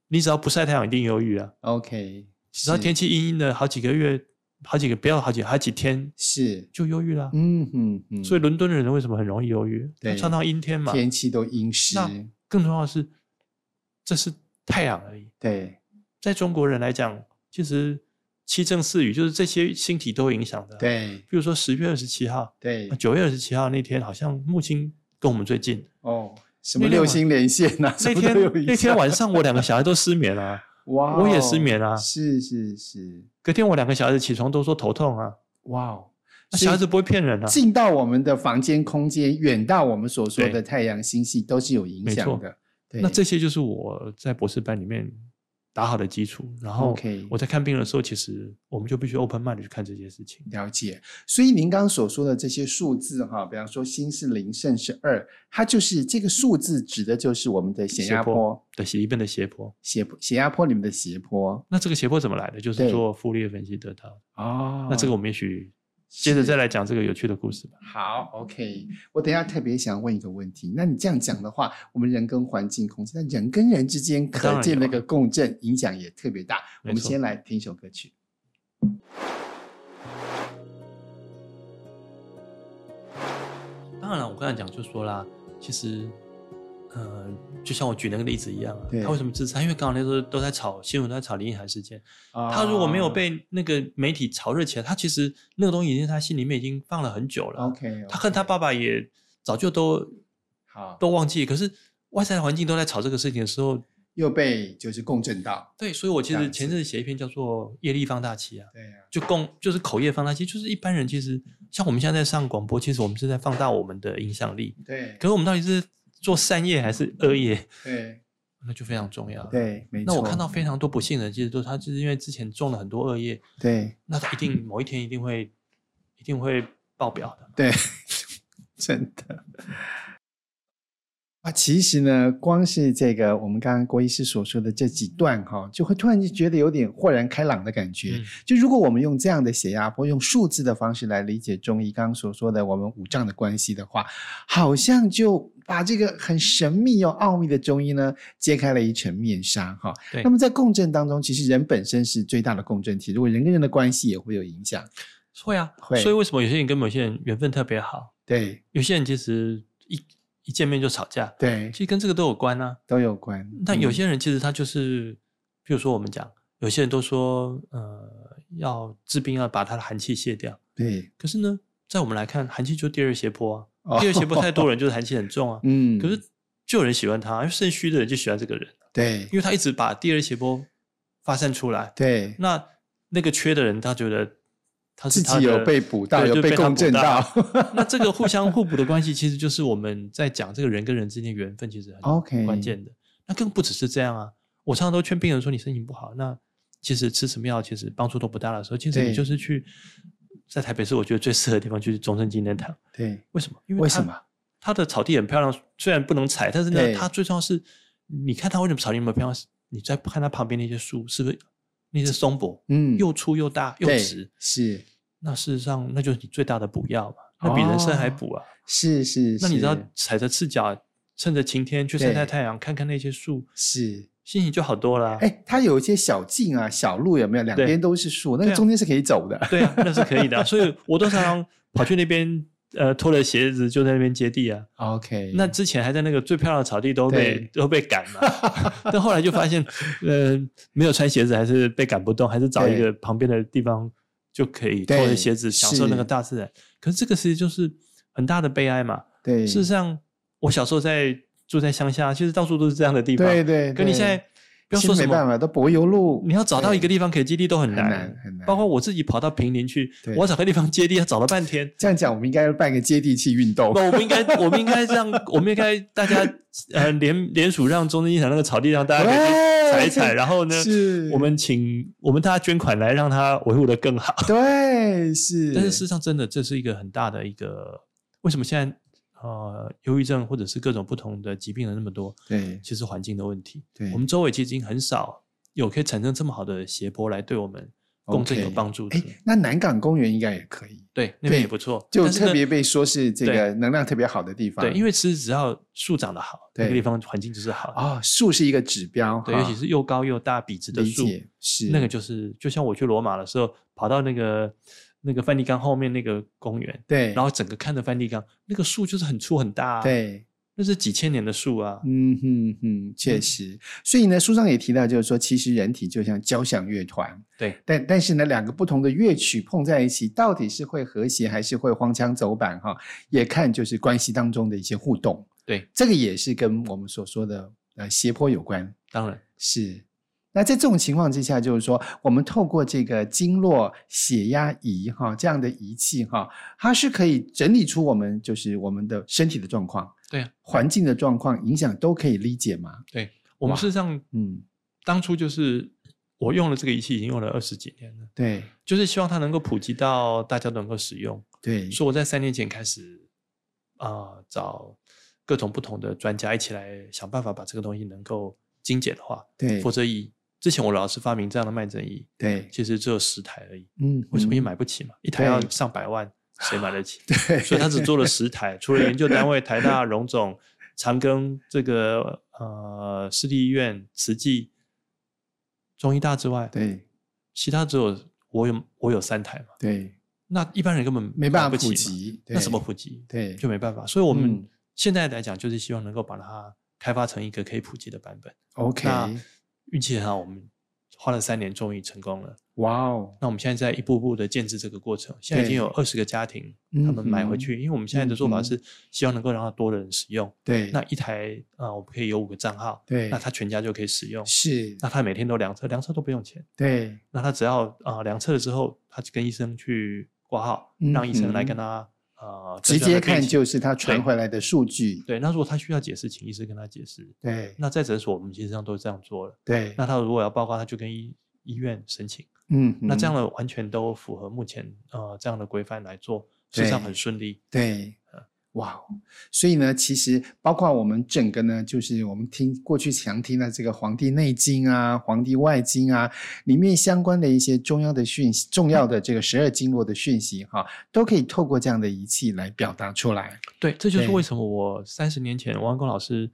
[SPEAKER 2] 你只要不晒太阳，一定忧郁啊。
[SPEAKER 1] OK，
[SPEAKER 2] 只要
[SPEAKER 1] 是
[SPEAKER 2] 天气阴阴的，好几个月，好几个不要好几好几天
[SPEAKER 1] 是，
[SPEAKER 2] 就忧郁啦。
[SPEAKER 1] 嗯嗯嗯，
[SPEAKER 2] 所以伦敦的人为什么很容易忧郁？
[SPEAKER 1] 对
[SPEAKER 2] 他常常阴天嘛。
[SPEAKER 1] 天气都阴湿，
[SPEAKER 2] 那更重要的是，这是太阳而已。
[SPEAKER 1] 对
[SPEAKER 2] 在中国人来讲，其实七政四雨就是这些星体都有影响的。，啊
[SPEAKER 1] 对
[SPEAKER 2] 比如说十月二十七号、啊
[SPEAKER 1] 对，
[SPEAKER 2] 九月二十七号那天，好像木星跟我们最近。
[SPEAKER 1] 哦，什么
[SPEAKER 2] 那天
[SPEAKER 1] 六
[SPEAKER 2] 晚
[SPEAKER 1] 星连线呐， 什
[SPEAKER 2] 那
[SPEAKER 1] 么都有
[SPEAKER 2] 天
[SPEAKER 1] 影
[SPEAKER 2] 那天
[SPEAKER 1] 响
[SPEAKER 2] 晚上，我两个小孩都失眠了、
[SPEAKER 1] 哇，哦
[SPEAKER 2] 我也失眠啊
[SPEAKER 1] 是是是，
[SPEAKER 2] 隔天我两个小孩子起床都说头痛啊。
[SPEAKER 1] 哇哦，
[SPEAKER 2] 那
[SPEAKER 1] 所以
[SPEAKER 2] 小孩子不会骗人啊。
[SPEAKER 1] 进到我们的房间空间，远到我们所说的太阳星系，都是有影响
[SPEAKER 2] 没
[SPEAKER 1] 的。对，
[SPEAKER 2] 那这些就是我在博士班里面打好的基础。然后
[SPEAKER 1] OK
[SPEAKER 2] 我在看病人的时候，其实我们就必须 open mind 地去看这些事情。
[SPEAKER 1] 了解。所以您刚刚所说的这些数字哈，比方说心是零，肾是二，它就是这个数字指的就是我们的血压坡、
[SPEAKER 2] 对，血液变的斜坡。
[SPEAKER 1] 血坡血压坡里面的斜坡
[SPEAKER 2] 那这个斜坡怎么来的？就
[SPEAKER 1] 对
[SPEAKER 2] 是做傅立叶分析得到的。
[SPEAKER 1] 哦
[SPEAKER 2] 那这个我们也许接着再来讲这个有趣的故事吧。
[SPEAKER 1] 好，OK。我等一下特别想问一个问题，那你这样讲的话，我们人跟环境空间，那人跟人之间
[SPEAKER 2] 当
[SPEAKER 1] 可
[SPEAKER 2] 然
[SPEAKER 1] 见
[SPEAKER 2] 有
[SPEAKER 1] 那
[SPEAKER 2] 啊
[SPEAKER 1] 个共振影响也特别大。我
[SPEAKER 2] 没
[SPEAKER 1] 们
[SPEAKER 2] 错
[SPEAKER 1] 先来听一首歌曲。
[SPEAKER 2] 当然了，我刚才讲就说啦，其实，呃，就像我举那个例子一样啊
[SPEAKER 1] 对，
[SPEAKER 2] 他为什么自杀？因为刚好那时候都在炒新闻，都在炒林奕涵事件。他如果没有
[SPEAKER 1] 啊
[SPEAKER 2] 被那个媒体炒热起来，他其实那个东西已经在他心里面已经放了很久了啊。
[SPEAKER 1] OK，
[SPEAKER 2] 他和他爸爸也早就都
[SPEAKER 1] 好
[SPEAKER 2] 都忘记，可是外在环境都在炒这个事情的时候，
[SPEAKER 1] 又被就是共振到，
[SPEAKER 2] 对，所以我其
[SPEAKER 1] 这
[SPEAKER 2] 实
[SPEAKER 1] 样
[SPEAKER 2] 前
[SPEAKER 1] 子
[SPEAKER 2] 阵子写一篇叫做《业力放大器》啊，
[SPEAKER 1] 对呀、
[SPEAKER 2] 就共就是口业放大器，就是一般人其实像我们现在在上广播，其实我们是在放大我们的影响力，
[SPEAKER 1] 对
[SPEAKER 2] 可是我们到底是做善业还是恶业，
[SPEAKER 1] 对
[SPEAKER 2] 那就非常重要。，
[SPEAKER 1] 对，没错。
[SPEAKER 2] 那我看到非常多不幸的人，其实都他就是因为之前种了很多恶业，
[SPEAKER 1] 对
[SPEAKER 2] 那他一定某一天一定会一定会爆表的。
[SPEAKER 1] 对， 真的啊，其实呢，光是这个我们刚刚郭医师所说的这几段哈、就会突然就觉得有点豁然开朗的感觉。
[SPEAKER 2] 嗯
[SPEAKER 1] 就如果我们用这样的血压波，用数字的方式来理解中医刚刚所说的我们五脏的关系的话，好像就把这个很神秘又奥秘的中医呢，揭开了一层面纱哈。
[SPEAKER 2] 对
[SPEAKER 1] 那么在共振当中，其实人本身是最大的共振体，如果人跟人的关系也会有影响。
[SPEAKER 2] 会啊，
[SPEAKER 1] 会
[SPEAKER 2] 所以为什么有些人跟某些人缘分特别好，
[SPEAKER 1] 对
[SPEAKER 2] 有些人其实一一见面就吵架，
[SPEAKER 1] 对
[SPEAKER 2] 其，实跟这个都有关啊。
[SPEAKER 1] 都有关。
[SPEAKER 2] 但有
[SPEAKER 1] 嗯
[SPEAKER 2] 些人其实他就是，比如说我们讲，有些人都说，呃，要治病要把他的寒气卸掉。
[SPEAKER 1] 对，
[SPEAKER 2] 可是呢，在我们来看，寒气就是第二斜坡啊，
[SPEAKER 1] 哦
[SPEAKER 2] 第二斜坡太 多人就是寒气很重啊。
[SPEAKER 1] 嗯，
[SPEAKER 2] 可是就有人喜欢他，因为肾虚的人就喜欢这个人，
[SPEAKER 1] 对
[SPEAKER 2] 因为他一直把第二斜坡发散出来。
[SPEAKER 1] 对，
[SPEAKER 2] 那那个缺的人，他觉得他是
[SPEAKER 1] 自
[SPEAKER 2] 他
[SPEAKER 1] 己有
[SPEAKER 2] 的
[SPEAKER 1] 被补到，
[SPEAKER 2] 对
[SPEAKER 1] 有
[SPEAKER 2] 就
[SPEAKER 1] 被
[SPEAKER 2] 被他
[SPEAKER 1] 共
[SPEAKER 2] 补
[SPEAKER 1] 振
[SPEAKER 2] 到
[SPEAKER 1] 到。
[SPEAKER 2] 那这个互相互补的关系，其实就是我们在讲这个人跟人之间缘分，其实很
[SPEAKER 1] OK
[SPEAKER 2] 关键的。那更不只是这样啊！我常常都劝病人说，你身体不好，那其实吃什么药其实帮助都不大的时候，其实
[SPEAKER 1] 对
[SPEAKER 2] 你就是去在台北市，我觉得最适合的地方就是中正纪念堂。
[SPEAKER 1] 对，
[SPEAKER 2] 为什么？因为
[SPEAKER 1] 为
[SPEAKER 2] 它
[SPEAKER 1] 什么？
[SPEAKER 2] 它的草地很漂亮，虽然不能踩，但是
[SPEAKER 1] 对
[SPEAKER 2] 呢，它最重要是，你看它为什么草地那么漂亮？你再看它旁边那些树，是不是那些松柏
[SPEAKER 1] 嗯，
[SPEAKER 2] 又粗又大又
[SPEAKER 1] 对
[SPEAKER 2] 直？
[SPEAKER 1] 是
[SPEAKER 2] 那事实上，那就是你最大的补药嘛，那比人参还
[SPEAKER 1] 哦
[SPEAKER 2] 补啊！
[SPEAKER 1] 是是，
[SPEAKER 2] 那你知道
[SPEAKER 1] 是
[SPEAKER 2] 踩着赤脚，趁着晴天去晒
[SPEAKER 1] 对
[SPEAKER 2] 晒太阳，看看那些树，
[SPEAKER 1] 是。
[SPEAKER 2] 心情就好多了啊、
[SPEAKER 1] 哎，它有一些小径啊、小路，有没有？两
[SPEAKER 2] 对
[SPEAKER 1] 边都是树，那个
[SPEAKER 2] 对啊
[SPEAKER 1] 中间是可以走 的。
[SPEAKER 2] 对啊，那是可 以的啊、所以我都常常跑去那边，呃，脱了鞋子就在那边接地啊。
[SPEAKER 1] OK，
[SPEAKER 2] 那之前还在那个最漂亮的草地都被都被赶 了，但后来就发现，呃，没有穿鞋子还是被赶不动，还是找一
[SPEAKER 1] 对
[SPEAKER 2] 个旁边的地方就可以脱
[SPEAKER 1] 对
[SPEAKER 2] 了鞋子享受那
[SPEAKER 1] 是
[SPEAKER 2] 个大自然。可是这个其实就是很大的悲哀嘛。
[SPEAKER 1] 对
[SPEAKER 2] 事实上，我小时候在住在乡下，其实到处都是这样的地方。
[SPEAKER 1] 对对，
[SPEAKER 2] 可你现在不要说
[SPEAKER 1] 其
[SPEAKER 2] 什
[SPEAKER 1] 实没办
[SPEAKER 2] 么，
[SPEAKER 1] 法，都柏油路，
[SPEAKER 2] 你要找到一个地方可以接地都很
[SPEAKER 1] 很
[SPEAKER 2] 难，
[SPEAKER 1] 难很难。
[SPEAKER 2] 包括我自己跑到平林去
[SPEAKER 1] 对，
[SPEAKER 2] 我要找个地方接地，要找了半天。
[SPEAKER 1] 这样讲，我们应该要办个接地气运动。
[SPEAKER 2] 那我们应该，我们应该让，我们应该大家呃联联署，让中正机场那个草地让大家可以去踩一踩，然后呢，
[SPEAKER 1] 是
[SPEAKER 2] 我们请我们大家捐款来让它维护的更好。
[SPEAKER 1] 对是，
[SPEAKER 2] 但是事实上，真的这是一个很大的一个，为什么现在呃忧郁症或者是各种不同的疾病人那么多，
[SPEAKER 1] 对
[SPEAKER 2] 其实环境的问题。
[SPEAKER 1] 对，
[SPEAKER 2] 我们周围其实已经很少有可以产生这么好的斜坡来对我们共振有帮助的。
[SPEAKER 1] 哎，那南港公园应该也可以，
[SPEAKER 2] 对，那
[SPEAKER 1] 对
[SPEAKER 2] 边也不错，
[SPEAKER 1] 就
[SPEAKER 2] 但是呢
[SPEAKER 1] 特别被说是这个
[SPEAKER 2] 对
[SPEAKER 1] 能量特别好的地方。
[SPEAKER 2] 对，因为其实只要树长得好，
[SPEAKER 1] 对
[SPEAKER 2] 那个地方环境就是好。
[SPEAKER 1] 哦，树是一个指标，
[SPEAKER 2] 对，
[SPEAKER 1] 哈
[SPEAKER 2] 尤其是又高又大笔直的
[SPEAKER 1] 理
[SPEAKER 2] 树，
[SPEAKER 1] 解是
[SPEAKER 2] 那个就是就像我去罗马的时候，跑到那个那个梵蒂冈后面那个公园，
[SPEAKER 1] 对，
[SPEAKER 2] 然后整个看着梵蒂冈，那个树就是很粗很大、啊，，
[SPEAKER 1] 对。
[SPEAKER 2] 那是几千年的树啊。
[SPEAKER 1] 嗯哼哼，确
[SPEAKER 2] 嗯
[SPEAKER 1] 实。所以呢，书上也提到，就是说，其实人体就像交响乐团，
[SPEAKER 2] 对，
[SPEAKER 1] 但但是呢，两个不同的乐曲碰在一起，到底是会和谐还是会荒腔走板哈？也看就是关系当中的一些互动。
[SPEAKER 2] 对，
[SPEAKER 1] 这个也是跟我们所说的呃斜坡有关。
[SPEAKER 2] 当然，
[SPEAKER 1] 是。那在这种情况之下，就是说，我们透过这个经络血压仪哈这样的仪器哈，它是可以整理出我们就是我们的身体的状况，
[SPEAKER 2] 对啊，
[SPEAKER 1] 环境的状况影响都可以理解嘛。
[SPEAKER 2] 我们
[SPEAKER 1] 哇
[SPEAKER 2] 事实上
[SPEAKER 1] 嗯，
[SPEAKER 2] 当初就是我用了这个仪器已经用了二十几年了，
[SPEAKER 1] 对
[SPEAKER 2] 就是希望它能够普及到大家都能够使用。
[SPEAKER 1] 对
[SPEAKER 2] 所以我在三年前开始啊、找各种不同的专家一起来想办法把这个东西能够精简化。
[SPEAKER 1] 对
[SPEAKER 2] 否则以之前我老是发明这样的慢诊仪，
[SPEAKER 1] 对，
[SPEAKER 2] 其实只有十台而已。
[SPEAKER 1] 嗯，
[SPEAKER 2] 为什么也
[SPEAKER 1] 嗯？
[SPEAKER 2] 买不起嘛？一台要
[SPEAKER 1] 对
[SPEAKER 2] 上 百万，谁买得起？
[SPEAKER 1] 对，
[SPEAKER 2] 所以他只做了十台，除了研究单位台大、荣总、长庚这个呃私立医院、慈济、中医大之外，
[SPEAKER 1] 对
[SPEAKER 2] 其他只有我有我有三台嘛。
[SPEAKER 1] 对，
[SPEAKER 2] 那一般人根本
[SPEAKER 1] 没办法
[SPEAKER 2] 买不
[SPEAKER 1] 普
[SPEAKER 2] 起嘛，
[SPEAKER 1] 及，
[SPEAKER 2] 那
[SPEAKER 1] 对
[SPEAKER 2] 怎么普及？
[SPEAKER 1] 对
[SPEAKER 2] 就没办法。所以我们
[SPEAKER 1] 嗯
[SPEAKER 2] 现在来讲，就是希望能够把它开发成一个可以普及的版本。
[SPEAKER 1] OK？
[SPEAKER 2] 那运气很好，我们花了三年，终于成功了。
[SPEAKER 1] 哇哦，
[SPEAKER 2] 那我们现在在一步步的建制这个过程，现在已经有二十个家庭，
[SPEAKER 1] 嗯
[SPEAKER 2] 他们买回去，因为我们现在的做法是希望能够让它多人使用。
[SPEAKER 1] 对，
[SPEAKER 2] 那一台啊、呃我们可以有五个账号，
[SPEAKER 1] 对
[SPEAKER 2] 那他全家就可以使用。
[SPEAKER 1] 是，
[SPEAKER 2] 那他每天都量测，量测都不用钱。
[SPEAKER 1] 对
[SPEAKER 2] 那他只要啊、呃量测了之后，他就跟医生去挂号，
[SPEAKER 1] 嗯
[SPEAKER 2] 让医生来
[SPEAKER 1] 嗯
[SPEAKER 2] 跟他呃
[SPEAKER 1] 直
[SPEAKER 2] 诊
[SPEAKER 1] 接
[SPEAKER 2] 断他的病
[SPEAKER 1] 看
[SPEAKER 2] 情
[SPEAKER 1] 就是它传回来的数据，
[SPEAKER 2] 对。那如果他需要解释，请医师跟他解释。
[SPEAKER 1] 对
[SPEAKER 2] 那在诊所我们其实上都是这样做了。
[SPEAKER 1] 对，
[SPEAKER 2] 那他如果要报告，他就跟医医院申请。
[SPEAKER 1] 嗯，
[SPEAKER 2] 那这
[SPEAKER 1] 嗯
[SPEAKER 2] 样的完全都符合目前呃这样的规范来做，事
[SPEAKER 1] 对
[SPEAKER 2] 实上很顺利。
[SPEAKER 1] 对，
[SPEAKER 2] 啊
[SPEAKER 1] 哇哦！所以呢，其实包括我们整个呢，就是我们听过去常听的这个《黄帝内经》啊，《黄帝外经》啊，里面相关的一些中央的讯息、重要的这个十二经络的讯息哈、都可以透过这样的仪器来表达出来。
[SPEAKER 2] 对，这就是
[SPEAKER 1] 对
[SPEAKER 2] 为什么我三十年前王安公老师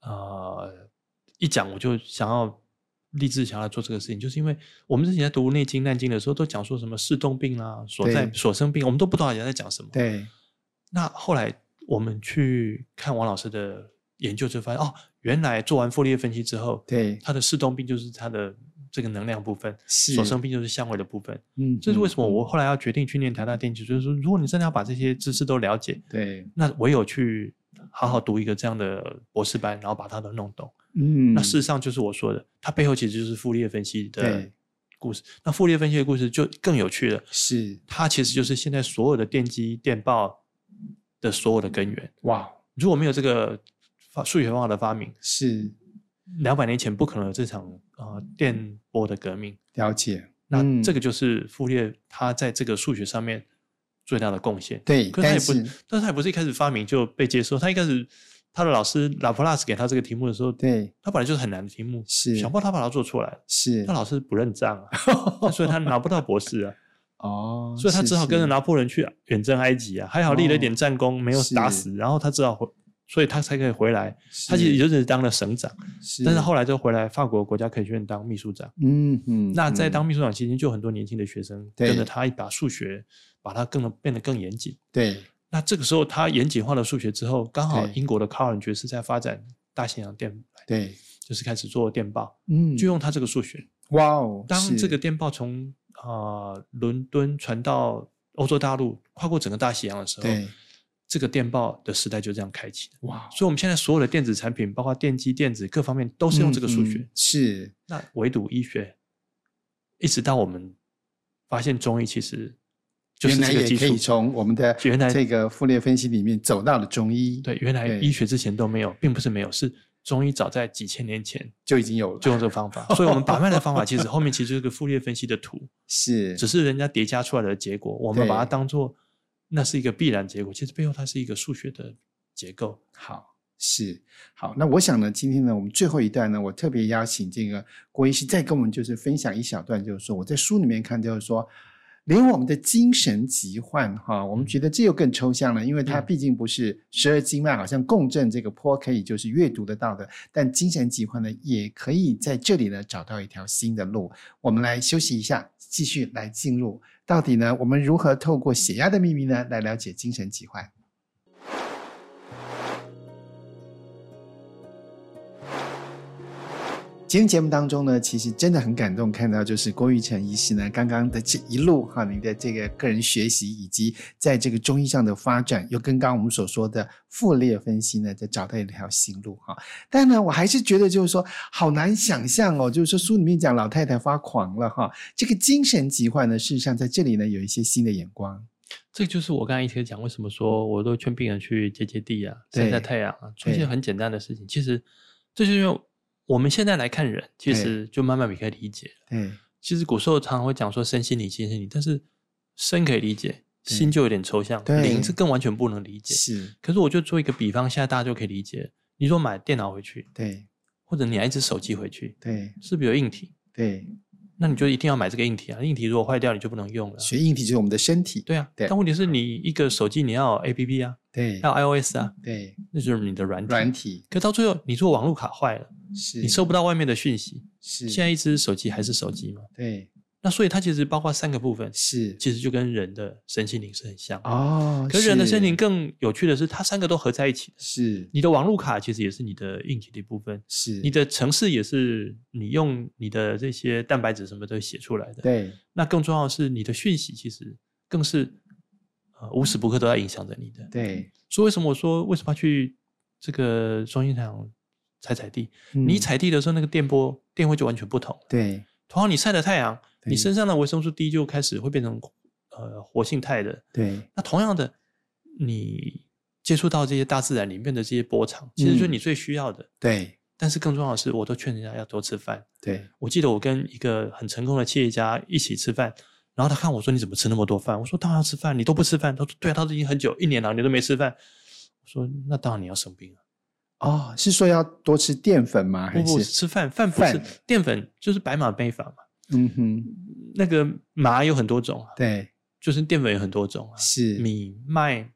[SPEAKER 2] 呃一讲，我就想要立志想要做这个事情，就是因为我们之前在读《内经》《难经》的时候，都讲说什么“是动病”啦，所在
[SPEAKER 1] 对
[SPEAKER 2] 所生病，我们都不知道人家在讲什么。。
[SPEAKER 1] 对，
[SPEAKER 2] 那后来我们去看王老师的研究，就发现哦，原来做完傅立叶分析之后，
[SPEAKER 1] 对，
[SPEAKER 2] 他的视动病就是他的这个能量部分，
[SPEAKER 1] 是
[SPEAKER 2] 所生病就是相位的部分。
[SPEAKER 1] 嗯，
[SPEAKER 2] 这是为
[SPEAKER 1] 嗯
[SPEAKER 2] 什么我后来要决定去念台大电机，就是说，如果你真的要把这些知识都了解，
[SPEAKER 1] 对，
[SPEAKER 2] 那唯有去好好读一个这样的博士班，然后把它都弄懂。
[SPEAKER 1] 嗯，
[SPEAKER 2] 那事实上就是我说的，它背后其实就是傅立叶分析的
[SPEAKER 1] 对
[SPEAKER 2] 故事。那傅立叶分析的故事就更有趣了，
[SPEAKER 1] 是
[SPEAKER 2] 它其实就是现在所有的电机电报的所有的根源。
[SPEAKER 1] 哇，哦
[SPEAKER 2] 如果没有这个发数学方法的发明，
[SPEAKER 1] 是
[SPEAKER 2] 两百年前不可能有这场啊、呃电波的革命。
[SPEAKER 1] 了解。嗯
[SPEAKER 2] 那这
[SPEAKER 1] 个、
[SPEAKER 2] 个就是傅列他在这个数学上面最大的贡献。
[SPEAKER 1] 对，
[SPEAKER 2] 可是他也
[SPEAKER 1] 但
[SPEAKER 2] 不
[SPEAKER 1] 是，
[SPEAKER 2] 但是他也不是一开始发明就被接受。他一开始他的老师拉普拉斯给他这个题目的时候，
[SPEAKER 1] 对
[SPEAKER 2] 他本来就是很难的题目，
[SPEAKER 1] 是
[SPEAKER 2] 想不到他把它做出来了。
[SPEAKER 1] 是
[SPEAKER 2] 他老师不认账啊， 那所以他拿不到博士啊，
[SPEAKER 1] 哦，
[SPEAKER 2] 所以他
[SPEAKER 1] 是
[SPEAKER 2] 只好跟着
[SPEAKER 1] 是哦
[SPEAKER 2] 拿破仑去远征埃及啊，还好立了一点战功，没有打死，然后他只好回，所以他才可以回来。他其实也就是当了省长，
[SPEAKER 1] 是，
[SPEAKER 2] 但是后来就回来法国国家科学院当秘书长。
[SPEAKER 1] 嗯嗯，
[SPEAKER 2] 那在
[SPEAKER 1] 嗯
[SPEAKER 2] 当秘书长期间，就有很多年轻的学生
[SPEAKER 1] 对
[SPEAKER 2] 跟着他，把数学把它更变得更严谨。
[SPEAKER 1] 对
[SPEAKER 2] 那这个时候，他严谨化了数学之后，刚好
[SPEAKER 1] 对
[SPEAKER 2] 英国的卡尔文爵士在发展大西洋电，
[SPEAKER 1] 对，
[SPEAKER 2] 就是开始做电报，
[SPEAKER 1] 嗯，
[SPEAKER 2] 就用他这个数学。
[SPEAKER 1] 哇哦，
[SPEAKER 2] 当这
[SPEAKER 1] 是
[SPEAKER 2] 个电报从啊伦敦传到欧洲大陆，跨过整个大西洋的时候，
[SPEAKER 1] 对
[SPEAKER 2] 这个电报的时代就这样开启的。
[SPEAKER 1] 哇，哦
[SPEAKER 2] 所以，我们现在所有的电子产品，包括电机、电子各方面，都是用这个数学。
[SPEAKER 1] 嗯嗯是
[SPEAKER 2] 那唯独医学，一直到我们发现中医其实就是
[SPEAKER 1] 原来
[SPEAKER 2] 这个
[SPEAKER 1] 也
[SPEAKER 2] 技
[SPEAKER 1] 可
[SPEAKER 2] 术
[SPEAKER 1] 以从我们的
[SPEAKER 2] 原来
[SPEAKER 1] 这个傅列分析里面走到了中医，
[SPEAKER 2] 对，原来
[SPEAKER 1] 对
[SPEAKER 2] 医学之前都没有，并不是没有，是中医早在几千年前
[SPEAKER 1] 就已经有了，
[SPEAKER 2] 就用这个方法。所以，我们把脉的方法其实后面其实就是个傅立叶分析的 图，
[SPEAKER 1] 是
[SPEAKER 2] 只是人家叠加出来的结果，我们
[SPEAKER 1] 对
[SPEAKER 2] 把它当做那是一个必然结果，其实背后它是一个数学的结构。
[SPEAKER 1] 好，是好。那我想呢，今天呢，我们最后一段呢，我特别邀请这个郭医师再跟我们就是分享一小段，就是说我在书里面看，就是说。连我们的精神疾患，哈，我们觉得这又更抽象了，因为它
[SPEAKER 2] 嗯
[SPEAKER 1] 毕竟不是十二经脉，好像共振这个坡可以就是阅读得到的，但精神疾患呢，也可以在这里呢找到一条新的路。我们来休息一下，继续来进入到底呢，我们如何透过血压的秘密呢，来了解精神疾患？今天节目当中呢，其实真的很感动，看到就是郭玉成医师呢，刚刚的这一路哈，您的这个个人学习以及在这个中医上的发展，又跟刚刚我们所说的傅列分析呢，在找到一条新路哈。但呢，我还是觉得就是说，好难想象哦，就是说书里面讲老太太发狂了哈，这个精神疾患呢，事实上在这里呢有一些新的眼光，
[SPEAKER 2] 这就是我刚才一直讲，为什么说我都劝病人去接接地啊，
[SPEAKER 1] 对
[SPEAKER 2] 晒晒太阳啊，做一些
[SPEAKER 1] 对
[SPEAKER 2] 很简单的事情。其实，这就是因为我们现在来看人，其
[SPEAKER 1] 对
[SPEAKER 2] 实就慢慢也可以理解。
[SPEAKER 1] 对，
[SPEAKER 2] 其实古时候常常会讲说身心理、心心理，但是身可以理解，心就有点抽象，
[SPEAKER 1] 对
[SPEAKER 2] 灵是更完全不能理解。
[SPEAKER 1] 是，
[SPEAKER 2] 可是我就做一个比方，现在大家就可以理解。你说买电脑回去，
[SPEAKER 1] 对，
[SPEAKER 2] 或者你拿一只手机回去，
[SPEAKER 1] 对，
[SPEAKER 2] 是不是有硬体？
[SPEAKER 1] 对，
[SPEAKER 2] 那你就一定要买这个硬体啊！硬体如果坏掉，你就不能用了啊。
[SPEAKER 1] 学硬体就是我们的身体，
[SPEAKER 2] 对啊，
[SPEAKER 1] 对
[SPEAKER 2] 但问题是你一个手机你要 A P P 啊，
[SPEAKER 1] 对，
[SPEAKER 2] 要 I O S 啊，
[SPEAKER 1] 对，
[SPEAKER 2] 那就是你的软体。
[SPEAKER 1] 软体
[SPEAKER 2] 可到最后，你说网络卡坏了，
[SPEAKER 1] 是，
[SPEAKER 2] 你收不到外面的讯息。
[SPEAKER 1] 是，
[SPEAKER 2] 现在一只手机还是手机嘛？
[SPEAKER 1] 对
[SPEAKER 2] 那所以它其实包括三个部分，
[SPEAKER 1] 是
[SPEAKER 2] 其实就跟人的身心灵是很像的。
[SPEAKER 1] 哦，
[SPEAKER 2] 可是人的身灵
[SPEAKER 1] 灵
[SPEAKER 2] 更有趣的是，它三个都合在一起的。
[SPEAKER 1] 是
[SPEAKER 2] 你的网络卡其实也是你的硬体的一部分，
[SPEAKER 1] 是
[SPEAKER 2] 你的城市也是你用你的这些蛋白质什么都写出来的。
[SPEAKER 1] 对
[SPEAKER 2] 那更重要的是，你的讯息其实更是呃无时不刻都在影响着你的。
[SPEAKER 1] 对，
[SPEAKER 2] 所以为什么我说为什么要去这个中心场踩踩地？你
[SPEAKER 1] 嗯
[SPEAKER 2] 踩地的时候，那个电波电位就完全不同了。
[SPEAKER 1] 对
[SPEAKER 2] 同样，你晒了太阳，
[SPEAKER 1] 对
[SPEAKER 2] 你身上的维生素 D 就开始会变成呃活性态的。
[SPEAKER 1] 对
[SPEAKER 2] 那同样的，你接触到这些大自然里面的这些波长，其实
[SPEAKER 1] 嗯
[SPEAKER 2] 就是你最需要的。
[SPEAKER 1] 对
[SPEAKER 2] 但是更重要的是，我都劝人家要多吃饭。
[SPEAKER 1] 对
[SPEAKER 2] 我记得我跟一个很成功的企业家一起吃饭，然后他看我说：“你怎么吃那么多饭？”我说：“当然要吃饭，你都不吃饭。”他说：“对啊，他都已经很久，一年了，你都没吃饭。”我说：“那当然你要生病啊！
[SPEAKER 1] 哦，是说要多吃淀粉吗？
[SPEAKER 2] 不
[SPEAKER 1] 还
[SPEAKER 2] 不，
[SPEAKER 1] 是
[SPEAKER 2] 吃饭饭不
[SPEAKER 1] 饭
[SPEAKER 2] 是淀粉，就是白马非法嘛。
[SPEAKER 1] 嗯哼，
[SPEAKER 2] 那个麻有很多种啊，
[SPEAKER 1] 对
[SPEAKER 2] 就是淀粉有很多种啊，
[SPEAKER 1] 是
[SPEAKER 2] 米、麦、